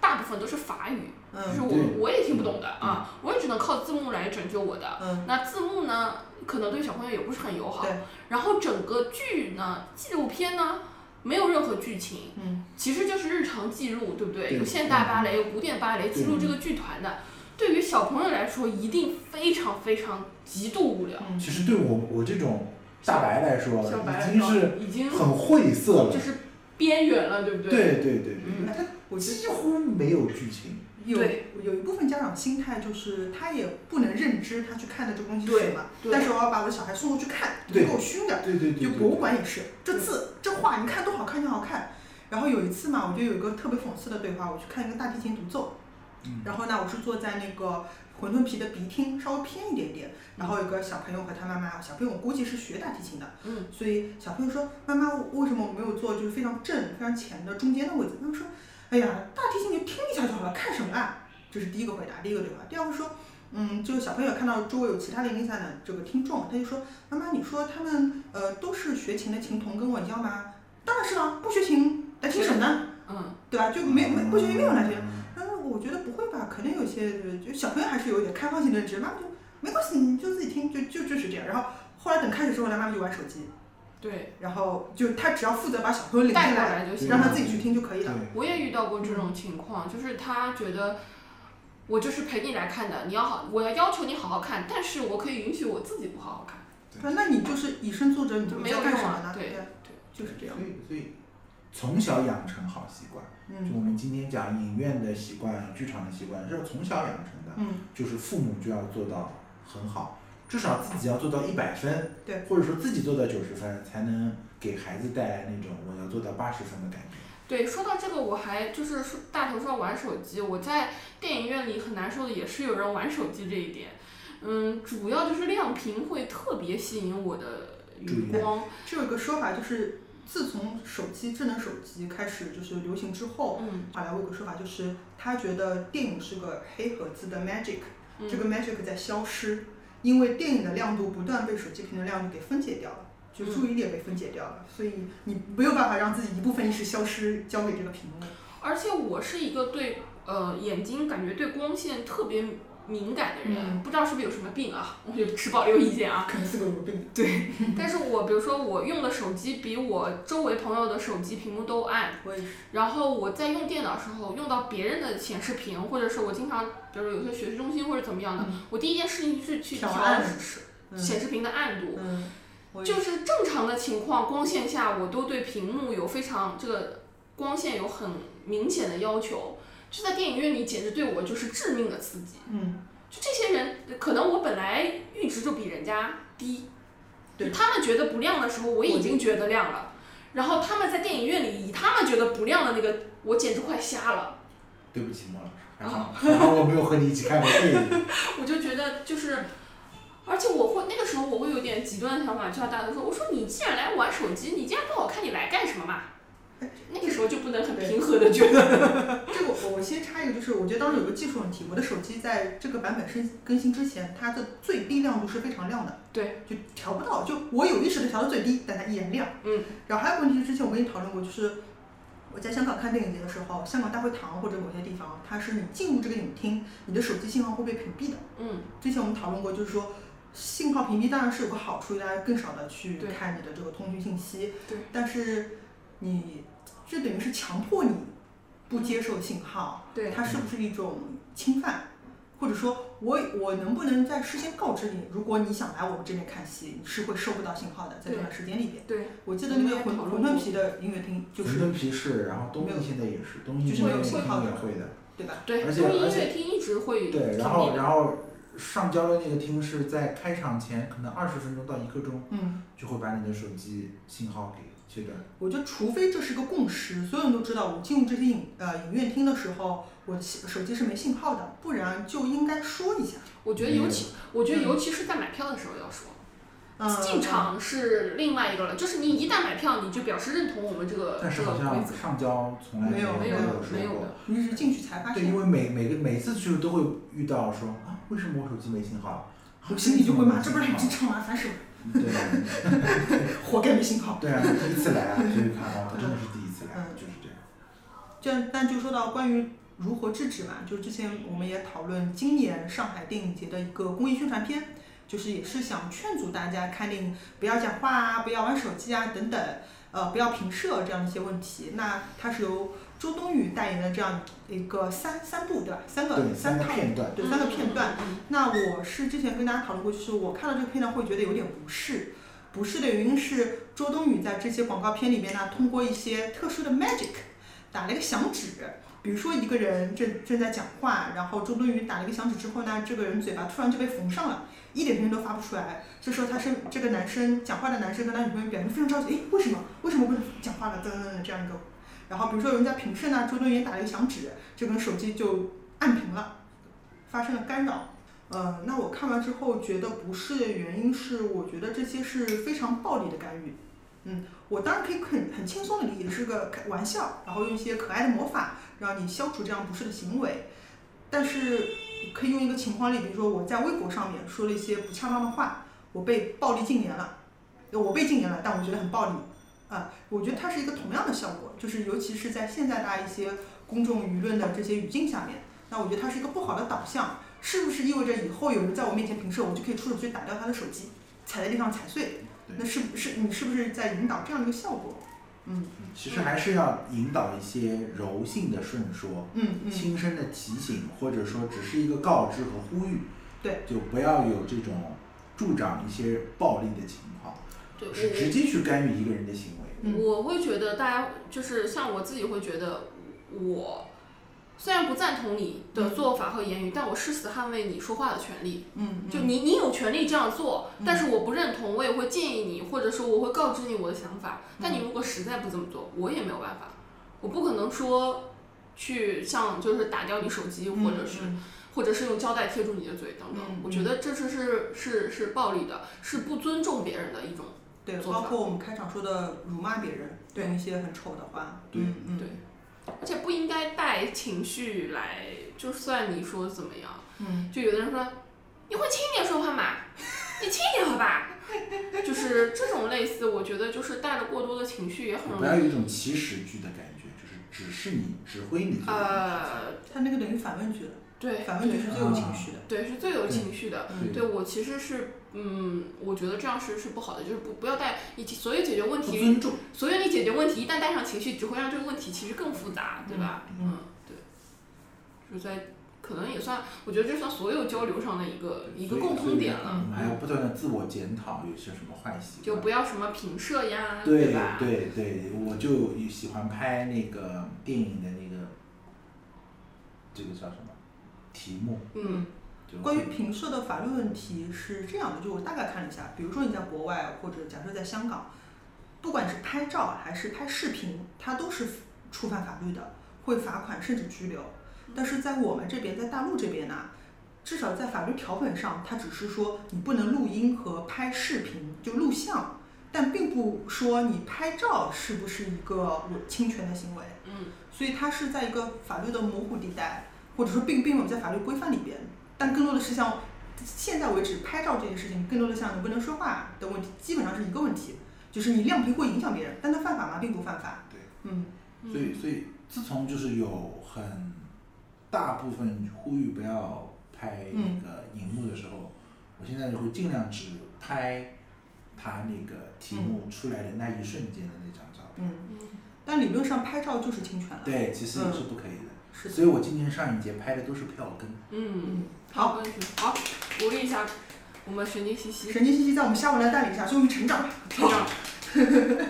Speaker 4: 大部分都是法语，就
Speaker 6: 嗯
Speaker 4: 是
Speaker 5: 对
Speaker 4: 我我也听不懂的啊，我也只能靠字幕来拯救我的。
Speaker 6: 嗯，
Speaker 4: 那字幕呢，可能对小朋友也不是很友好
Speaker 6: 对。
Speaker 4: 然后整个剧呢，纪录片呢，没有任何剧情，
Speaker 6: 嗯，
Speaker 4: 其实就是日常记录，对不对？
Speaker 5: 对
Speaker 4: 有现代芭蕾，有古典芭蕾，记录这个剧团的。对于小朋友来说，一定非常非常极度无
Speaker 6: 嗯
Speaker 4: 聊。
Speaker 5: 其实对我我这种大白来说，
Speaker 4: 小白
Speaker 5: 已经是
Speaker 4: 已经
Speaker 5: 很晦涩了
Speaker 4: 就。是边缘了，对不对？嗯
Speaker 5: 对对对对，
Speaker 6: 那他我觉得
Speaker 5: 几乎没有剧情。
Speaker 6: 有
Speaker 4: 对
Speaker 6: 有一部分家长心态就是他也不能认知他去看的这个东西是
Speaker 4: 对
Speaker 6: 什么，
Speaker 4: 对
Speaker 6: 但是我要把我的小孩送过去看，
Speaker 5: 对
Speaker 4: 嗯
Speaker 6: 你给我熏着。
Speaker 5: 对对对
Speaker 6: 就
Speaker 5: 对，
Speaker 6: 博物馆也是，这
Speaker 4: 对
Speaker 6: 字这画你看多好看就好看。然后有一次嘛，我就有一个特别讽刺的对话，我去看一个大提琴独奏，
Speaker 5: 嗯
Speaker 6: 然后呢，我是坐在那个馄饨皮的鼻厅稍微偏一点
Speaker 4: 嗯
Speaker 6: 点，然后有个小朋友和他妈妈，小朋友我估计是学大提琴的，
Speaker 4: 嗯，
Speaker 6: 所以小朋友说妈妈我为什么我没有坐就是非常正非常前的中间的位置？妈妈说，哎呀，大提琴你就听一下就好了，看什么啊？这是第一个回答，第一个对话。第二个说，嗯，就是小朋友看到周围有其他零零散散的这个听众，他就说妈妈，你说他们呃都是学琴的琴童跟我一样吗？当然是了、不学琴来听什么呢？
Speaker 4: 嗯，
Speaker 6: 对吧？就没有没不学琴没有来听。
Speaker 5: 嗯
Speaker 6: 但是我觉得不会吧，可能有些呃就小朋友还是有一点开放性认知，妈妈就没关系，你就自己听，就就就是这样。然后后来等开始之后呢，妈妈就玩手机，
Speaker 4: 对，
Speaker 6: 然后就他只要负责把小朋友领进
Speaker 4: 带过
Speaker 6: 来，
Speaker 4: 来就行。
Speaker 6: 让他自己去听就可以
Speaker 5: 对
Speaker 6: 了。
Speaker 4: 我也遇到过这种情况，就是他觉得我就是陪你来看的，你要好，我要要求你好好看，但是我可以允许我自己不好好看。
Speaker 6: 对，那你就是以身作则，你
Speaker 4: 就
Speaker 6: 你
Speaker 4: 没
Speaker 6: 在
Speaker 4: 有
Speaker 6: 干
Speaker 4: 用
Speaker 6: 什么
Speaker 4: 啊
Speaker 6: 呢？
Speaker 4: 对
Speaker 6: 就是这样
Speaker 5: 所。以所以从小养成好习惯，就
Speaker 6: 嗯
Speaker 5: 我们今天讲影院的习惯、剧场的习惯，这是从小养成的。
Speaker 6: 嗯，
Speaker 5: 就是父母就要做到很好，至少自己要做到一百分，
Speaker 6: 对，
Speaker 5: 或者说自己做到九十分，才能给孩子带来那种我要做到八十分的感觉。
Speaker 4: 对，说到这个，我还就是说大头说玩手机，我在电影院里很难受的也是有人玩手机这一点，嗯，主要就是亮屏会特别吸引我的
Speaker 5: 注意
Speaker 4: 余
Speaker 5: 力
Speaker 4: 光，
Speaker 6: 这有一个说法就是，自从手机智能手机开始就是流行之后，
Speaker 4: 嗯，
Speaker 6: 好莱坞有个说法就是，他觉得电影是个黑盒子的 magic，、
Speaker 4: 嗯
Speaker 6: 这个 magic 在消失，因为电影的亮度不断被手机屏的亮度给分解掉了。就注意力也被分解掉了，所以你没有办法让自己一部分意识消失，交给这个屏幕。
Speaker 4: 而且我是一个对呃眼睛感觉对光线特别敏感的人，
Speaker 6: 嗯
Speaker 4: 不知道是不是有什么病啊，我就持保留意见啊。
Speaker 6: 可能是个毛病。
Speaker 4: 但是我比如说我用的手机比我周围朋友的手机屏幕都暗，
Speaker 6: 我也是。
Speaker 4: 然后我在用电脑的时候用到别人的显示屏，或者是我经常比如说有些学习中心或者怎么样的，
Speaker 6: 嗯
Speaker 4: 我第一件事情就是去调
Speaker 6: 调暗
Speaker 4: 是
Speaker 6: 嗯
Speaker 4: 显示屏的暗度。
Speaker 6: 嗯，我也是
Speaker 4: 就是正常的情况光线下，我都对屏幕有非常这个光线有很明显的要求。就在电影院里，简直对我就是致命的刺激。
Speaker 6: 嗯，
Speaker 4: 就这些人，可能我本来阈值就比人家低，
Speaker 6: 对
Speaker 4: 他们觉得不亮的时候，我已经觉得亮了。然后他们在电影院里以他们觉得不亮的那个，我简直快瞎了。
Speaker 5: 对不起，莫老师，还好，
Speaker 6: 哦
Speaker 5: 还好我没有和你一起看过电影。
Speaker 4: 我就觉得就是，而且我会那个时候我会有点极端的想法，就像大头说，我说你既然来玩手机，你既然不好看，你来干什么嘛？那个时候就不能很平和的觉得，
Speaker 6: 这个我我先插一个，就是我觉得当时有个技术问题，我的手机在这个版本升更新之前，它的最低亮度是非常亮的，
Speaker 4: 对，
Speaker 6: 就调不到，就我有意识的调到最低，但它依然亮。
Speaker 4: 嗯，
Speaker 6: 然后还有个问题是，之前我跟你讨论过，就是我在香港看电影节的时候，香港大会堂或者某些地方，它是你进入这个影厅，你的手机信号会被屏蔽的。
Speaker 4: 嗯，
Speaker 6: 之前我们讨论过，就是说信号屏蔽当然是有个好处，大家更少的去
Speaker 4: 对
Speaker 6: 看你的这个通讯信息。
Speaker 4: 对
Speaker 6: 但是你这等于是强迫你不接受信号，
Speaker 4: 对
Speaker 6: 它是不是一种侵犯？或者说我我能不能在事先告知你，如果你想来我们这边看戏，你是会收不到信号的，在这段时间里边。
Speaker 4: 对，
Speaker 6: 我记得那个
Speaker 4: 我
Speaker 6: 馄
Speaker 4: 们也讨
Speaker 6: 馄
Speaker 4: 论过
Speaker 6: 饨皮的音乐厅 就
Speaker 5: 馄
Speaker 6: 是
Speaker 5: 饨皮是，然后东
Speaker 6: 没有
Speaker 5: 映现在也是，东映
Speaker 6: 就是
Speaker 5: 现
Speaker 6: 没
Speaker 5: 在
Speaker 6: 有
Speaker 5: 影
Speaker 6: 信
Speaker 5: 厅
Speaker 6: 号
Speaker 5: 也
Speaker 6: 的
Speaker 5: 会的。
Speaker 6: 对吧？
Speaker 4: 对，东
Speaker 5: 而且
Speaker 4: 音
Speaker 5: 而且
Speaker 4: 乐厅一直会
Speaker 5: 对，然
Speaker 4: 屏蔽
Speaker 5: 后
Speaker 4: 的
Speaker 5: 然后上交的那个厅是在开场前可能二十分钟到一个钟
Speaker 6: 嗯，
Speaker 5: 就会把你的手机信号给切断。
Speaker 6: 我觉得除非这是个共识，所有人都知道，我进入这些影呃影院厅的时候，我的信手机是没信号的，不然就应该说一下。
Speaker 4: 我觉得尤其，我觉得尤其是在买票的时候要说，
Speaker 6: 嗯，
Speaker 4: 进场是另外一个了，就是你一旦买票，你就表示认同我们这个
Speaker 5: 但是
Speaker 4: 这个
Speaker 5: 好
Speaker 4: 规
Speaker 5: 像
Speaker 4: 则。
Speaker 5: 上交从来
Speaker 6: 没有
Speaker 5: 没
Speaker 6: 没有
Speaker 5: 有说
Speaker 4: 没有
Speaker 5: 过
Speaker 4: 的。
Speaker 6: 你是进去才发
Speaker 5: 对，
Speaker 6: 现
Speaker 5: 因，为每每个每次去都会遇到说啊，为什么我手机没信号？
Speaker 6: 我心里就会啊骂，这不是很
Speaker 5: 正
Speaker 6: 正常吗？烦死了，
Speaker 5: 对
Speaker 6: 活该没信号。
Speaker 5: 对啊，第一次来啊，所以看啊，他真的是第一次来，
Speaker 6: 嗯
Speaker 5: 就是这样。
Speaker 6: 这样但就说到关于如何制止嘛，就是之前我们也讨论今年上海电影节的一个公益宣传片，就是也是想劝阻大家看电影不要讲话啊，不要玩手机啊等等，呃，不要平射这样一些问题。那它是由周冬雨代言的这样一个三三部对吧？三个
Speaker 5: 对，三个
Speaker 6: 套
Speaker 5: 片段，
Speaker 6: 对三个片段，
Speaker 4: 嗯，嗯嗯
Speaker 6: 那我是之前跟大家讨论过，就是我看到这个片段会觉得有点不适，不适的原因是周冬雨在这些广告片里面呢，通过一些特殊的 magic，打了一个响指，比如说一个人正正在讲话，然后周冬雨打了一个响指之后呢，这个人嘴巴突然就被缝上了，一点声音都发不出来。这时候他是这个男生讲话的男生跟他女朋友表现非常着急，诶，为什么？为什么不能讲话了？等等等这样一个。然后比如说有人在评审呢，周冬雨打了一个响指，这根手机就按屏了，发生了干扰。呃，那我看完之后觉得不是的原因是，我觉得这些是非常暴力的干预。嗯，我当然可以很很轻松的理解是个开玩笑，然后用一些可爱的魔法让你消除这样不适的行为。但是可以用一个情况例，比如说我在微博上面说了一些不恰当的话，我被暴力禁言了，呃我被禁言了，但我觉得很暴力。啊、我觉得它是一个同样的效果，就是尤其是在现在大家一些公众舆论的这些语境下面，那我觉得它是一个不好的导向。是不是意味着以后有人在我面前评射，我就可以出手去打掉他的手机，踩在地上踩碎？那是不是你是不是在引导这样的一个效果？嗯
Speaker 5: 其实还是要引导一些柔性的顺说，
Speaker 6: 嗯嗯，
Speaker 5: 轻声的提醒，或者说只是一个告知和呼吁，
Speaker 6: 对，
Speaker 5: 就不要有这种助长一些暴力的情况，
Speaker 4: 对，
Speaker 5: 是直
Speaker 4: 我
Speaker 5: 接去干预一个人的行为。
Speaker 6: 嗯
Speaker 4: 我会觉得大家就是像我自己会觉得我。虽然不赞同你的做法和言语，但我誓死捍卫你说话的权利。
Speaker 6: 嗯，嗯
Speaker 4: 就你，你有权利这样做，但是我不认同，我也会建议你，或者说我会告知你我的想法。但
Speaker 6: 嗯
Speaker 4: 你如果实在不这么做，我也没有办法，我不可能说去像就是打掉你手机，
Speaker 6: 嗯
Speaker 4: 或者是
Speaker 6: 嗯
Speaker 4: 或者是用胶带贴住你的嘴等等
Speaker 6: 嗯。
Speaker 4: 我觉得这是是是是暴力的，是不尊重别人的一种。
Speaker 6: 对，
Speaker 4: 做法
Speaker 6: 包括我们开场说的辱骂别人，
Speaker 4: 对
Speaker 6: 用一些很丑的话，
Speaker 5: 对
Speaker 6: 嗯嗯，
Speaker 4: 对，而且不应该带情绪来，就算你说怎么样，
Speaker 6: 嗯，
Speaker 4: 就有的人说，你会轻一点说话嘛， 你轻一点好吧，就是这种类似，我觉得就是带了过多的情绪也很
Speaker 5: 就
Speaker 4: 容
Speaker 5: 不要有一
Speaker 4: 易，
Speaker 5: 种起始句的感觉，就是只是你指挥你做的
Speaker 4: 呃，
Speaker 6: 他那个等于反问句了，
Speaker 4: 对，
Speaker 6: 反问句
Speaker 4: 对
Speaker 6: 是最有情绪的，
Speaker 4: 对是最有情绪的。
Speaker 5: 事情，
Speaker 4: 对我其实是，嗯，我觉得这样是是不好的，就是不不要带你，所以解决问
Speaker 5: 不
Speaker 4: 题
Speaker 5: 尊重。
Speaker 4: 所以你解决问题一旦带上情绪，只会让这个问题其实更复杂，对吧？
Speaker 6: 嗯
Speaker 4: 嗯，对，就是在可能也算，我觉得这算所有交流上的一个一个共通点
Speaker 5: 所以嗯
Speaker 4: 了，
Speaker 5: 我们还要不断的自我检讨，有些什么坏习惯，
Speaker 4: 就不要什么评射呀，
Speaker 5: 对
Speaker 4: 吧？
Speaker 5: 对对，我就喜欢拍那个电影的那个，这个叫什么题目？
Speaker 4: 嗯
Speaker 5: 就
Speaker 6: 关于
Speaker 5: 会
Speaker 6: 评社的法律问题是这样的，就我大概看了一下，比如说你在国外或者假设在香港，不管是拍照还是拍视频，它都是触犯法律的，会罚款甚至拘留。
Speaker 5: 嗯
Speaker 6: 但是在我们这边，在大陆这边呢、至少在法律条文上，它只是说你不能录音和拍视频，就录像，但并不说你拍照是不是一个侵权的行为。
Speaker 4: 嗯，
Speaker 6: 所以它是在一个法律的模糊地带，或者说并并没有在法律规范里边。但更多的是像现在为止拍照这件事情，更多的像你不能说话的问题，基本上是一个问题，就是你亮屏会影响别人，但它犯法吗？并不犯法。
Speaker 5: 对，
Speaker 6: 嗯，
Speaker 5: 所以，所以自从就是有很大部分呼吁不要拍
Speaker 6: 嗯
Speaker 5: 那个荧幕的时候，我现在就会尽量只拍它那个题目出来的那一瞬间的那张照片。
Speaker 6: 嗯，但理论上拍照就是侵权了。，
Speaker 5: 对，其实也
Speaker 6: 嗯
Speaker 5: 是不可以的。
Speaker 6: 是
Speaker 5: 所以我今年上一节拍的都是票根。
Speaker 4: 嗯，
Speaker 6: 好，
Speaker 4: 问题好，鼓励一下我们神经兮兮
Speaker 6: 神经信息在我们下午来带领下，终于成长了。
Speaker 4: 成长，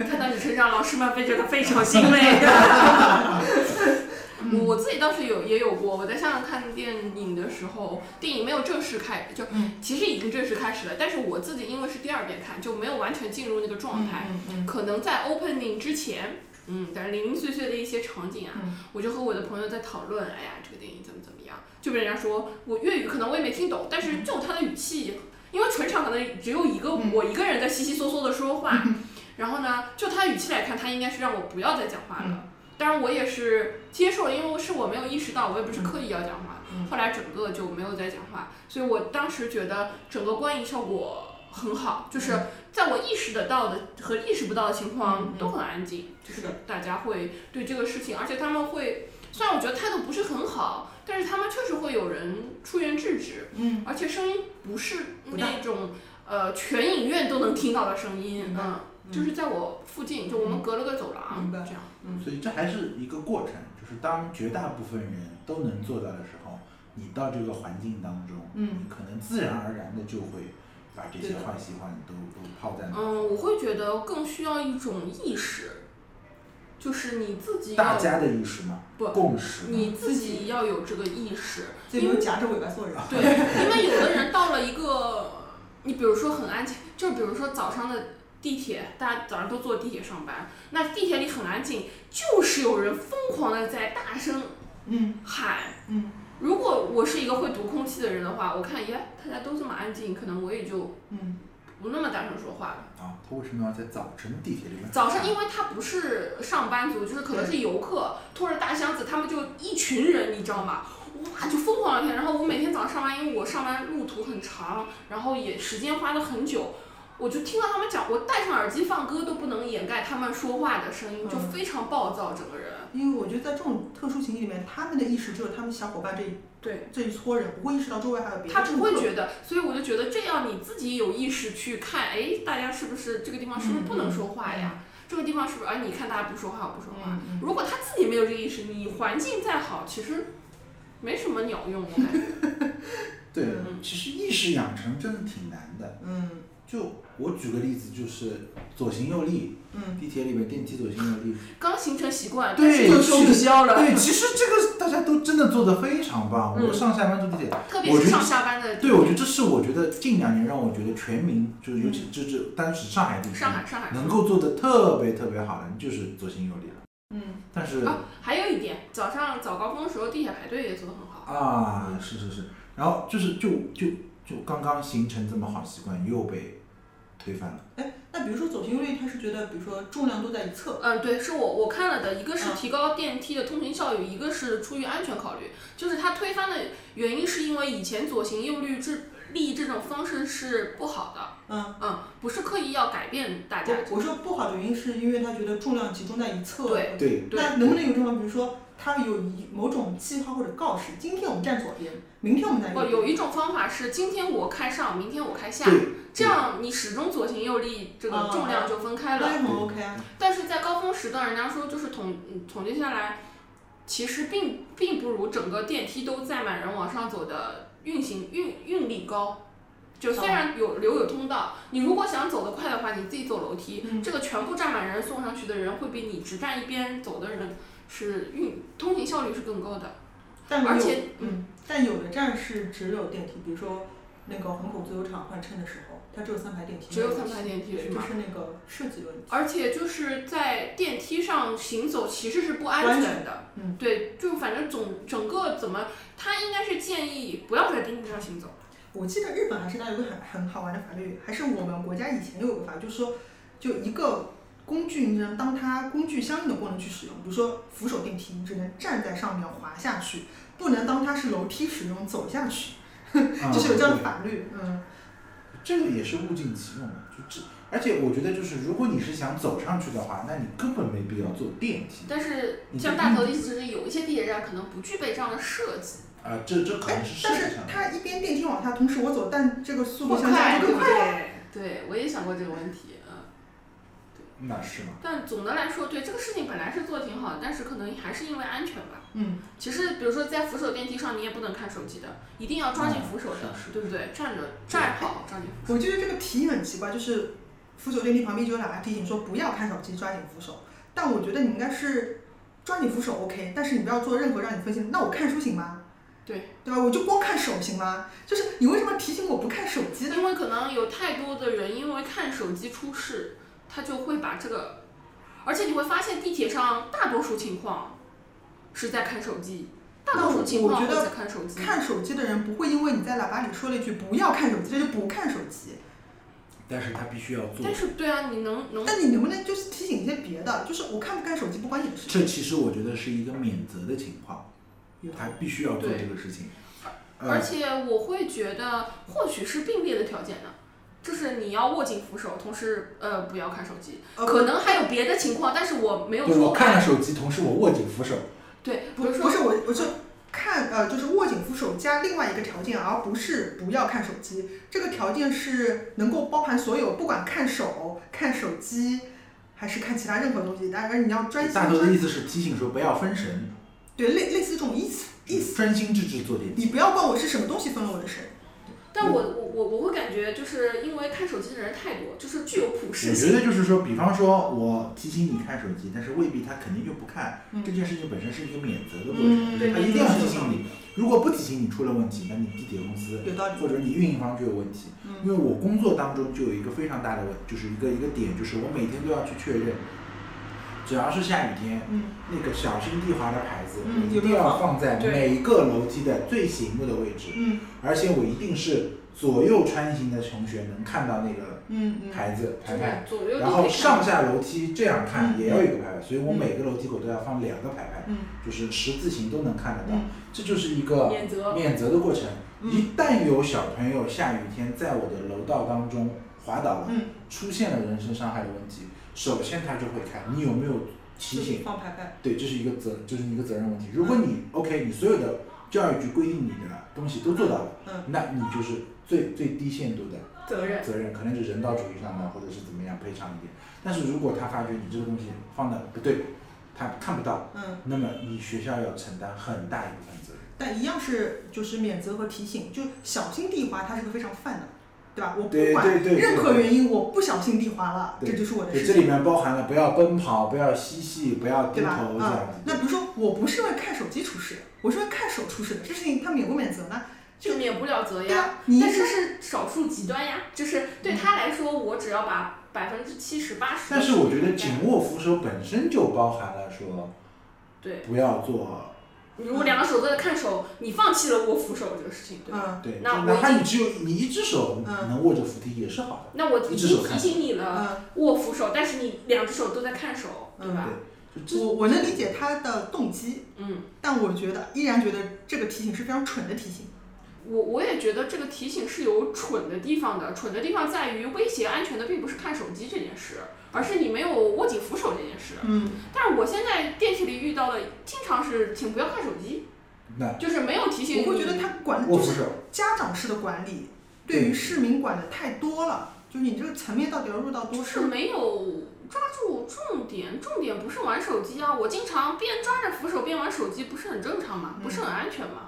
Speaker 4: 看到你成长，老师们非觉得非常欣 慰。我我自己倒是有也有过，我在香港看电影的时候，电影没有正式开，就
Speaker 6: 嗯
Speaker 4: 其实已经正式开始了，但是我自己因为是第二遍看，就没有完全进入那个状态，
Speaker 6: 嗯嗯
Speaker 4: 可能在 opening 之前，嗯，但是零零碎碎的一些场景啊，
Speaker 6: 嗯
Speaker 4: 我就和我的朋友在讨论，哎呀，这个电影怎么怎么样，就被人家说我粤语可能我也没听懂，但是就他的语气，因为全场可能只有一个
Speaker 6: 嗯
Speaker 4: 我一个人在悉悉嗦嗦的说话，然后呢，就他语气来看，他应该是让我不要再讲话了。
Speaker 6: 嗯
Speaker 4: 当然，我也是接受了，因为是我没有意识到，我也不是刻意要讲话。
Speaker 6: 嗯
Speaker 4: 后来整个就没有再讲话，所以我当时觉得整个观影效果很好，就是在我意识得到的和意识不到的情
Speaker 6: 嗯
Speaker 4: 况
Speaker 6: 嗯
Speaker 4: 都很安静，就是是
Speaker 6: 的
Speaker 4: 大家会对这个事情，而且他们会，虽然我觉得态度不是很好，但是他们确实会有人出言制止，
Speaker 6: 嗯，
Speaker 4: 而且声音不是
Speaker 6: 不大
Speaker 4: 那种呃全影院都能听到的声音，
Speaker 6: 明白嗯
Speaker 4: 嗯，就是在我附近，就我们隔了个走廊、
Speaker 6: 明白
Speaker 4: 这样，
Speaker 6: 嗯
Speaker 5: 所以这还是一个过程，就是当绝大部分人都能做到的时候，你到这个环境当中，
Speaker 6: 嗯
Speaker 5: 你可能自然而然的就会把这
Speaker 6: 对
Speaker 5: 些
Speaker 6: 的
Speaker 5: 坏习惯都都泡在脑
Speaker 4: 嗯，
Speaker 5: 子
Speaker 4: 我会觉得更需要一种意识，就是你自己
Speaker 5: 大
Speaker 4: 要
Speaker 5: 家的意识嘛，
Speaker 4: 不
Speaker 5: 共识嘛。
Speaker 4: 你自己要有这个意识，
Speaker 6: 这
Speaker 4: 因
Speaker 6: 能
Speaker 4: 为
Speaker 6: 夹着尾巴做人。
Speaker 4: 对，因为有的人到了一个，你比如说很安静，就比如说早上的地铁，大家早上都坐地铁上班，那地铁里很安静，就是有人疯狂的在大声
Speaker 6: 嗯
Speaker 4: 喊。
Speaker 6: 嗯
Speaker 4: 如果我是一个会读空气的人的话，我看，耶，大家都这么安静，可能我也就
Speaker 6: 嗯，
Speaker 4: 不那么大声说话了。
Speaker 5: 啊，他为什么要在早晨地铁里面？
Speaker 4: 早上，因为他不是上班族，就是可能是游客，拖着大箱子，他们就一群人，你知道吗？哇，就疯狂聊天。然后我每天早上上班，因为我上班路途很长，然后也时间花的很久，我就听到他们讲，我戴上耳机放歌都不能掩盖他们说话的声音，就
Speaker 6: 嗯
Speaker 4: 非常暴躁，整个人。
Speaker 6: 因为我觉得在这种特殊情境里面，他们的意识只有他们小伙伴这一
Speaker 4: 对，
Speaker 6: 这一撮人，不会意识到周围还有别的
Speaker 4: 他
Speaker 6: 顾
Speaker 4: 不
Speaker 6: 客。
Speaker 4: 会觉得，所以我就觉得这样你自己有意识去看，哎，大家是不是这个地方是不是不能说话呀？这个地方是不是哎，你看大家不说话，我不说话。
Speaker 6: 嗯嗯
Speaker 4: 如果他自己没有这个意识，你环境再好，其实没什么鸟用，我感觉。
Speaker 5: 对
Speaker 6: 嗯，
Speaker 5: 其实意识养成真的挺难的。
Speaker 6: 嗯
Speaker 5: 就我举个例子，就是左行右立，
Speaker 6: 嗯，
Speaker 5: 地铁里面电梯左行右立，
Speaker 4: 刚形成习惯，但是
Speaker 5: 对，
Speaker 4: 有时候
Speaker 5: 其实
Speaker 7: 消
Speaker 5: 对，其实这个大家都真的做的非常棒。
Speaker 4: 嗯
Speaker 5: 我上下班坐地铁，
Speaker 4: 特别
Speaker 5: 我
Speaker 4: 是
Speaker 5: 觉得
Speaker 4: 上下班的，
Speaker 5: 对我觉得这是我觉得近两年让我觉得全民就是尤其就是单指上海地区
Speaker 4: 上海上海
Speaker 5: 能够做的特别特别好的，就是左行右立了。
Speaker 6: 嗯，
Speaker 5: 但是
Speaker 4: 啊，还有一点，早上早高峰的时候地铁排队也做得很好。
Speaker 5: 啊，是是是，然后就是就就就刚刚形成这么好习惯又被推翻了。
Speaker 6: 哎，那比如说左行右立，他是觉得，比如说重量都在一侧，
Speaker 4: 嗯，对，是我我看了的，一个是
Speaker 6: 嗯
Speaker 4: 提高电梯的通行效率，一个是出于安全考虑。就是它推翻的原因是因为以前左行右绿这立这种方式是不好的，
Speaker 6: 嗯，
Speaker 4: 嗯，不是刻意要改变大家。
Speaker 6: 我我说不好的原因是因为他觉得重量集中在一侧，
Speaker 4: 对
Speaker 5: 对，
Speaker 4: 对
Speaker 6: 那能不能有这种，比如说他有一某种计划或者告示，今天我们站左边，明天我们站右
Speaker 4: 哦，
Speaker 6: 边。
Speaker 4: 有一种方法是今天我开上，明天我开下，
Speaker 5: 对
Speaker 4: 这样你始终左行右立，这个
Speaker 6: 哦
Speaker 4: 重量就分开了
Speaker 6: 那。也很 OK 啊，
Speaker 4: 但是在高峰时段，人家说就是统嗯统计下来，其实并并不如整个电梯都载满人往上走的运行运运力高。就虽然有留有通道，你如果想走得快的话，你自己走楼梯。
Speaker 6: 嗯
Speaker 4: 这个全部站满人送上去的人，会比你只站一边走的人是运通行效率是更高的。
Speaker 6: 但有
Speaker 4: 而且
Speaker 6: 嗯，但有的站是只有电梯，比如说那个虹口足球场换乘的时候，它只有三排电梯，
Speaker 4: 只有三排电梯
Speaker 6: 对，
Speaker 4: 是
Speaker 6: 这
Speaker 4: 吗？
Speaker 6: 是那个设计问题。
Speaker 4: 而且就是在电梯上行走其实是不安
Speaker 6: 安
Speaker 4: 全的，
Speaker 6: 嗯
Speaker 4: 对，就反正总整个怎么，他应该是建议不要在电梯上行走，
Speaker 6: 我记得日本还是它有个很很好玩的法律，还是我们国家以前有个法律，就是说，就一个工具，你只能当它工具相应的功能去使用，比如说扶手电梯，你只能站在上面滑下去，不能当它是楼梯使用走下去，
Speaker 5: 啊
Speaker 6: 就是有这样的
Speaker 5: 对
Speaker 6: 法律。嗯
Speaker 5: 这个也是物尽其用的，就这。而且我觉得，就是如果你是想走上去的话，那你根本没必要坐电梯
Speaker 4: 但是
Speaker 5: 你
Speaker 4: 像
Speaker 5: 就
Speaker 4: 大头的意思是有一些地铁站可能不具备这样的设计，
Speaker 5: 啊、这这可能是
Speaker 6: 哎但
Speaker 5: 设
Speaker 6: 是
Speaker 5: 计上的。
Speaker 6: 它一边电梯往下，同时我走，但这个速度
Speaker 4: 不
Speaker 6: 相加
Speaker 4: 快
Speaker 6: 就
Speaker 4: 对
Speaker 6: 更
Speaker 4: 不
Speaker 6: 快了。
Speaker 4: 对？对，我也想过这个问题，嗯，
Speaker 5: 那是吗？
Speaker 4: 但总的来说，对这个事情本来是做得挺好的，但是可能还是因为安全吧。
Speaker 6: 嗯，
Speaker 4: 其实，比如说在扶手电梯上，你也不能看手机的，一定要抓紧扶手的，
Speaker 5: 嗯是是
Speaker 4: 对不对？站着站好，抓紧扶手。
Speaker 6: 我觉得这个提议很奇怪，就是扶手电梯旁边就有喇叭提醒说不要看手机，抓紧扶手。但我觉得你应该是抓紧扶手 OK，但是你不要做任何让你分心。那我看书行吗？
Speaker 4: 对，
Speaker 6: 对吧？我就光看手行吗？就是你为什么提醒我不看手机呢？
Speaker 4: 因为可能有太多的人因为看手机出事，他就会把这个，而且你会发现地铁上大多数情况是在看手机，大多数情况会在看手机。
Speaker 6: 看手机的人不会因为你在喇叭里说了一句不要看手机，他就不看手机。
Speaker 5: 但是他必须要做
Speaker 4: 但。是对啊，你能能
Speaker 6: 但你能不能就是提醒一些别的？就是我看不看手机不关你的事
Speaker 5: 这
Speaker 6: 情。
Speaker 5: 其实我觉得是一个免责的情况，他必须要做这个事情。呃
Speaker 4: 而且我会觉得，或许是并列的条件呢，就是你要握紧扶手，同时呃不要看手机，
Speaker 6: 呃
Speaker 4: 可能还有别的情况，但是我没有
Speaker 5: 对，我
Speaker 4: 说
Speaker 5: 看了手机，同时我握紧扶手。
Speaker 4: 对，比
Speaker 6: 不
Speaker 4: 如
Speaker 6: 不
Speaker 4: 说
Speaker 6: 是我，我是看呃，就是握紧扶手加另外一个条件，而不是不要看手机。这个条件是能够包含所有，不管看手、看手机，还是看其他任何东西，当然你要专心
Speaker 5: 大头的
Speaker 6: 专
Speaker 5: 意思是提醒说不要分神，
Speaker 6: 对类类似这种意思意思。
Speaker 5: 专心致志坐电梯。
Speaker 6: 你不要管我是什么东西分了我的神，
Speaker 4: 但我我我我会感觉就是因为看手机的人太多，就是具有普
Speaker 5: 我
Speaker 4: 适
Speaker 5: 觉
Speaker 4: 性。
Speaker 5: 得就是说，比方说我提醒你看手机，但是未必他肯定就不看。这件事情本身是一个免责的过程，
Speaker 6: 嗯
Speaker 5: 就是
Speaker 6: 对
Speaker 5: 他一定要提醒你。如果不提醒你出了问题，那你地铁公司
Speaker 6: 有道理嗯
Speaker 5: 或者你运营方就有问题。因为我工作当中就有一个非常大的问，就是一个一个点，就是我每天都要去确认，只要是下雨天，
Speaker 6: 嗯，
Speaker 5: 那个小心地滑的牌子，
Speaker 6: 嗯
Speaker 5: 我一定要放在
Speaker 6: 对
Speaker 5: 每一个楼梯的最醒目的位置，
Speaker 6: 嗯
Speaker 5: 而且我一定是左右穿行的同学能看到那个
Speaker 6: 嗯嗯，
Speaker 5: 牌子牌牌。
Speaker 4: 左右
Speaker 5: 然
Speaker 4: 都可
Speaker 5: 后
Speaker 4: 以看
Speaker 5: 上
Speaker 4: 到。
Speaker 5: 下楼梯这样看
Speaker 6: 嗯
Speaker 5: 也要有一个牌牌，所以我每个楼梯口都要放两个牌牌，
Speaker 6: 嗯
Speaker 5: 就是十字形都能看得到
Speaker 6: 嗯。
Speaker 5: 这就是一个
Speaker 4: 免责
Speaker 5: 免责的过程。
Speaker 6: 嗯
Speaker 5: 一旦有小朋友下雨天在我的楼道当中滑倒了
Speaker 6: 嗯，
Speaker 5: 出现了人身伤害的问题，首先他就会看你有没有提
Speaker 6: 就是
Speaker 5: 醒。
Speaker 6: 放牌牌，
Speaker 5: 对，这是一个责，这是一个责任问题。如
Speaker 6: 嗯
Speaker 5: 果你 OK，你所有的教育局规定你的东西都做到了，
Speaker 6: 嗯
Speaker 5: 那你就是最最低限度的
Speaker 4: 责任，
Speaker 5: 责任可能是人道主义上的，或者是怎么样赔偿一点。但是如果他发觉你这个东西放的不对，他看不到，
Speaker 6: 嗯，
Speaker 5: 那么你学校要承担很大一部分责任。
Speaker 6: 但一样是就是免责和提醒，就小心地滑，它是个非常泛的，对吧？我
Speaker 5: 对
Speaker 6: 不管
Speaker 5: 对对对
Speaker 6: 任何原因，我不小心地滑了，
Speaker 5: 对
Speaker 6: 这就是我的
Speaker 5: 对，
Speaker 6: 事
Speaker 5: 这里
Speaker 6: 情，
Speaker 5: 面包含了不要奔跑，不要嬉戏，不要低
Speaker 6: 对吧
Speaker 5: 头？这样
Speaker 6: 嗯，
Speaker 5: 子
Speaker 6: 那。比如说我不是因为看手机出事，我是因为看手出事的，这事情它免不免责呢？
Speaker 4: 就免不了责
Speaker 6: 对
Speaker 4: 呀。
Speaker 6: 啊，你
Speaker 4: 但是是少数极端呀，就是对他来说，我只要把百分之七十八十。
Speaker 5: 嗯但是我觉得紧握扶手本身就包含了说
Speaker 4: 对，
Speaker 5: 不要做，
Speaker 4: 你如果两个手都在看手，你放弃了握扶手这个事情，对吧？
Speaker 6: 嗯
Speaker 5: 对，就
Speaker 4: 那我
Speaker 5: 哪怕
Speaker 4: 已
Speaker 5: 你只有你一只手
Speaker 6: 嗯
Speaker 5: 能握着扶梯也是好的。
Speaker 4: 那我已
Speaker 5: 嗯一只手
Speaker 4: 经
Speaker 5: 看
Speaker 4: 提醒你了
Speaker 6: 嗯，
Speaker 4: 握扶手，但是你两只手都在看手，对
Speaker 5: 嗯
Speaker 4: 吧？
Speaker 5: 就这
Speaker 6: 我我能理解他的动机，
Speaker 4: 嗯，
Speaker 6: 但我觉得依然觉得这个提醒是非常蠢的提醒。
Speaker 4: 我我也觉得这个提醒是有蠢的地方的，蠢的地方在于威胁安全的并不是看手机这件事，而是你没有握紧扶手这件事。
Speaker 6: 嗯，
Speaker 4: 但是我现在电梯里遇到的经常是请不要看手机，
Speaker 5: 那
Speaker 4: 就是没有提醒你。
Speaker 6: 我会觉得他管
Speaker 5: 握
Speaker 6: 就
Speaker 5: 扶
Speaker 6: 是
Speaker 5: 手，
Speaker 6: 家长式的管理，
Speaker 5: 对
Speaker 6: 对于市民管的太多了，就是你这个层面到底要入到多
Speaker 4: 就是
Speaker 6: 深？
Speaker 4: 没有抓住重点，重点不是玩手机啊！我经常边抓着扶手边玩手机，不是很正常吗？
Speaker 6: 嗯
Speaker 4: 不是很安全吗？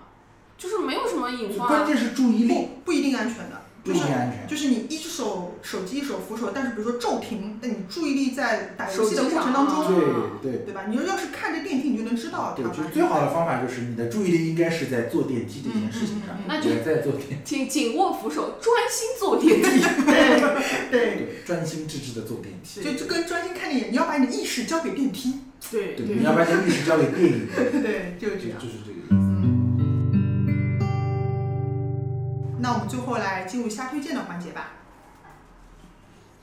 Speaker 4: 就是没有什么隐患
Speaker 5: 嗯关
Speaker 4: 啊。
Speaker 5: 键是注意力
Speaker 6: 不不一定安全的，
Speaker 5: 不
Speaker 6: 就
Speaker 5: 一
Speaker 6: 是
Speaker 5: 定安全。
Speaker 6: 就是你一只手手机一手扶手，但是比如说骤停，那你注意力在打游戏的
Speaker 4: 手机
Speaker 6: 过
Speaker 4: 上
Speaker 6: 程当
Speaker 4: 啊
Speaker 6: 中，
Speaker 5: 对对。
Speaker 6: 对吧？你要是看着电梯，你就能知道
Speaker 5: 对，
Speaker 6: 它
Speaker 5: 就
Speaker 6: 发
Speaker 5: 最
Speaker 6: 生
Speaker 5: 好的方法就是你的注意力应该是在坐电梯这件事情上
Speaker 6: 嗯嗯嗯嗯，
Speaker 4: 那就
Speaker 5: 别在坐电梯，
Speaker 4: 请紧握扶手，专心坐电梯。
Speaker 6: 嗯对，
Speaker 5: 对，专心致志的坐电梯。
Speaker 6: 就就跟专心看电影，你要把你的意识交给电梯，
Speaker 4: 对
Speaker 5: 对，你要把你的意识交给电影，
Speaker 6: 对，就是
Speaker 5: 就
Speaker 6: 这样。
Speaker 5: 就是这个意思。
Speaker 6: 那我们最后来进入瞎推荐的环节吧。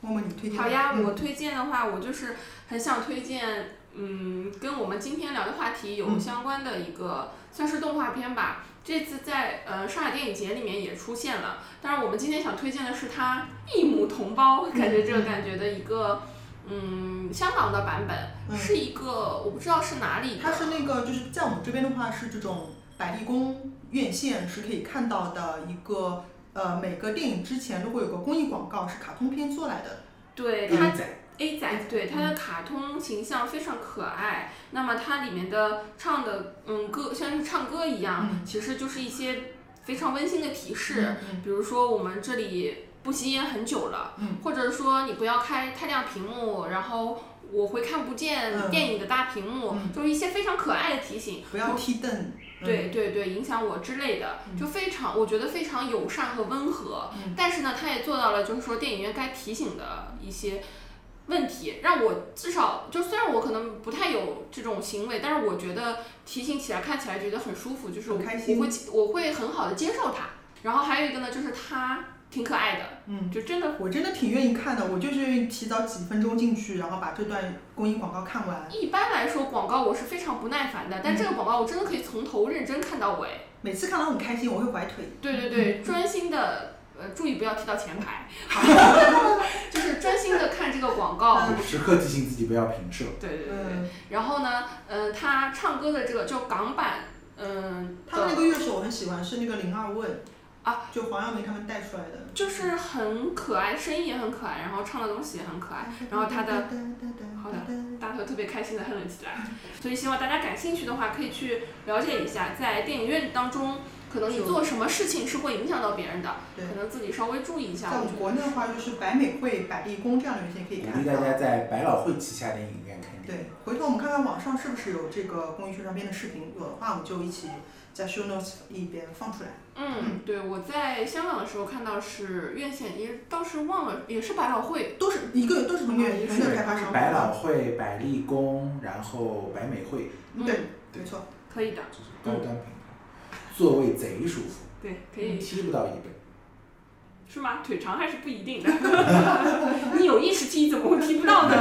Speaker 6: 默默，你推荐吧
Speaker 4: 好呀，
Speaker 6: 嗯
Speaker 4: 我推荐的话，我就是很想推荐，嗯，跟我们今天聊的话题有
Speaker 6: 嗯
Speaker 4: 相关的一个，算是动画片吧。这次在呃上海电影节里面也出现了，当然我们今天想推荐的是它异母同胞，感觉这个感觉的一个，嗯，香港的版本、
Speaker 6: 嗯
Speaker 4: 是一个我不知道是哪里的，
Speaker 6: 它是那个就是在我们这边的话是这种百丽宫院线是可以看到的一个呃每个电影之前都会有个公益广告是卡通片做来的，
Speaker 4: 对它
Speaker 5: 刚仔，
Speaker 4: A 仔，对它
Speaker 6: 嗯
Speaker 4: 的卡通形象非常可爱。那么它里面的唱的，嗯，歌像是唱歌一样，
Speaker 6: 嗯
Speaker 4: 其实就是一些非常温馨的提示，
Speaker 6: 嗯
Speaker 4: 比如说我们这里不吸烟很久了，
Speaker 6: 嗯
Speaker 4: 或者说你不要开太亮屏幕，然后我会看不见
Speaker 6: 嗯
Speaker 4: 电影的大屏幕，
Speaker 6: 嗯
Speaker 4: 就是一些非常可爱的提醒。
Speaker 6: 不要踢凳，嗯
Speaker 4: 对对对，影响我之类的，就非常，我觉得非常友善和温和。
Speaker 6: 嗯
Speaker 4: 但是呢，他也做到了，就是说电影院该提醒的一些问题，让我至少就虽然我可能不太有这种行为，但是我觉得提醒起来看起来觉得很舒服，就是我
Speaker 6: 很开心
Speaker 4: 我会我会很好的接受它。然后还有一个呢，就是它挺可爱的，
Speaker 6: 嗯。
Speaker 4: 就真的
Speaker 6: 我真的挺愿意看的，我就是愿意提早几分钟进去，然后把这段公益广告看完。
Speaker 4: 一般来说广告我是非常不耐烦的，但
Speaker 6: 嗯
Speaker 4: 这个广告我真的可以从头认真看到尾。
Speaker 6: 每次看完很开心，我会怀腿。
Speaker 4: 对对对，专心的，呃，注意不要踢到前排， 就是专心的看这个广告。
Speaker 6: 嗯
Speaker 5: 时刻提醒自己不要平射。
Speaker 4: 对对对对。
Speaker 6: 嗯，
Speaker 4: 然后呢，
Speaker 2: 呃
Speaker 4: 嗯、他唱歌的这个就港版，嗯、
Speaker 6: 他们那
Speaker 4: 的
Speaker 6: 个乐手我很喜欢，是那个林二问，
Speaker 2: 啊，
Speaker 6: 就黄耀明他们带出来的，
Speaker 2: 就是很可爱，声音也很可爱，然后唱的东西也很可爱，然后他的好的大头特别开心的哼了起来，所以希望大家感兴趣的话可以去了解一下，在电影院当中，可能你做什么事情是会影响到别人的，
Speaker 6: 对
Speaker 2: 可能自己稍微注意一下。
Speaker 6: 在我
Speaker 2: 我
Speaker 6: 们
Speaker 2: 觉
Speaker 6: 国内的话，就是百美汇、百丽宫这样的院线可以
Speaker 5: 鼓
Speaker 6: 看
Speaker 5: 励大家
Speaker 6: 到。
Speaker 5: 在百老汇旗下的影院看电影
Speaker 6: 嗯对。，回头我们看看网上是不是有这个公益宣传片的视频，有的话我们就一起在 show notes 里边放出来。
Speaker 2: 嗯，对，我在香港的时候看到是院线，也倒是忘了，也是百老汇，
Speaker 6: 都是一个都是同源同一个开发商。
Speaker 5: 百老汇、百丽宫，然后百美汇，
Speaker 2: 嗯
Speaker 6: 对，没错。
Speaker 2: 可以的，
Speaker 5: 就是高端品牌，座位贼舒服，
Speaker 2: 对，可以，
Speaker 5: 踢不到椅背。
Speaker 2: 是吗？腿长还是不一定 的，你有意识踢怎么会踢不到呢？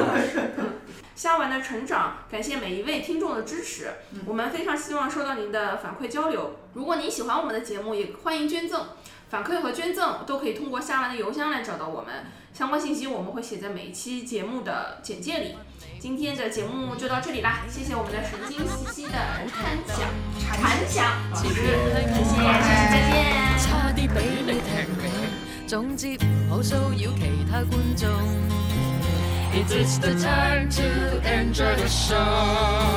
Speaker 4: 虾丸的成长，感谢每一位听众的支持，我们非常希望收到您的反馈交流。如果您喜欢我们的节目，也欢迎捐赠，反馈和捐赠都可以通过虾丸的邮箱来找到我们，相关信息我们会写在每一期节目的简介里。今天的节目就到这里啦，谢谢我们的神经兮兮的参响，残响，其实谢谢，下期再见。
Speaker 3: 差啲俾你踢皮。總之唔好騷擾其他觀眾。It's the time to enjoy the show.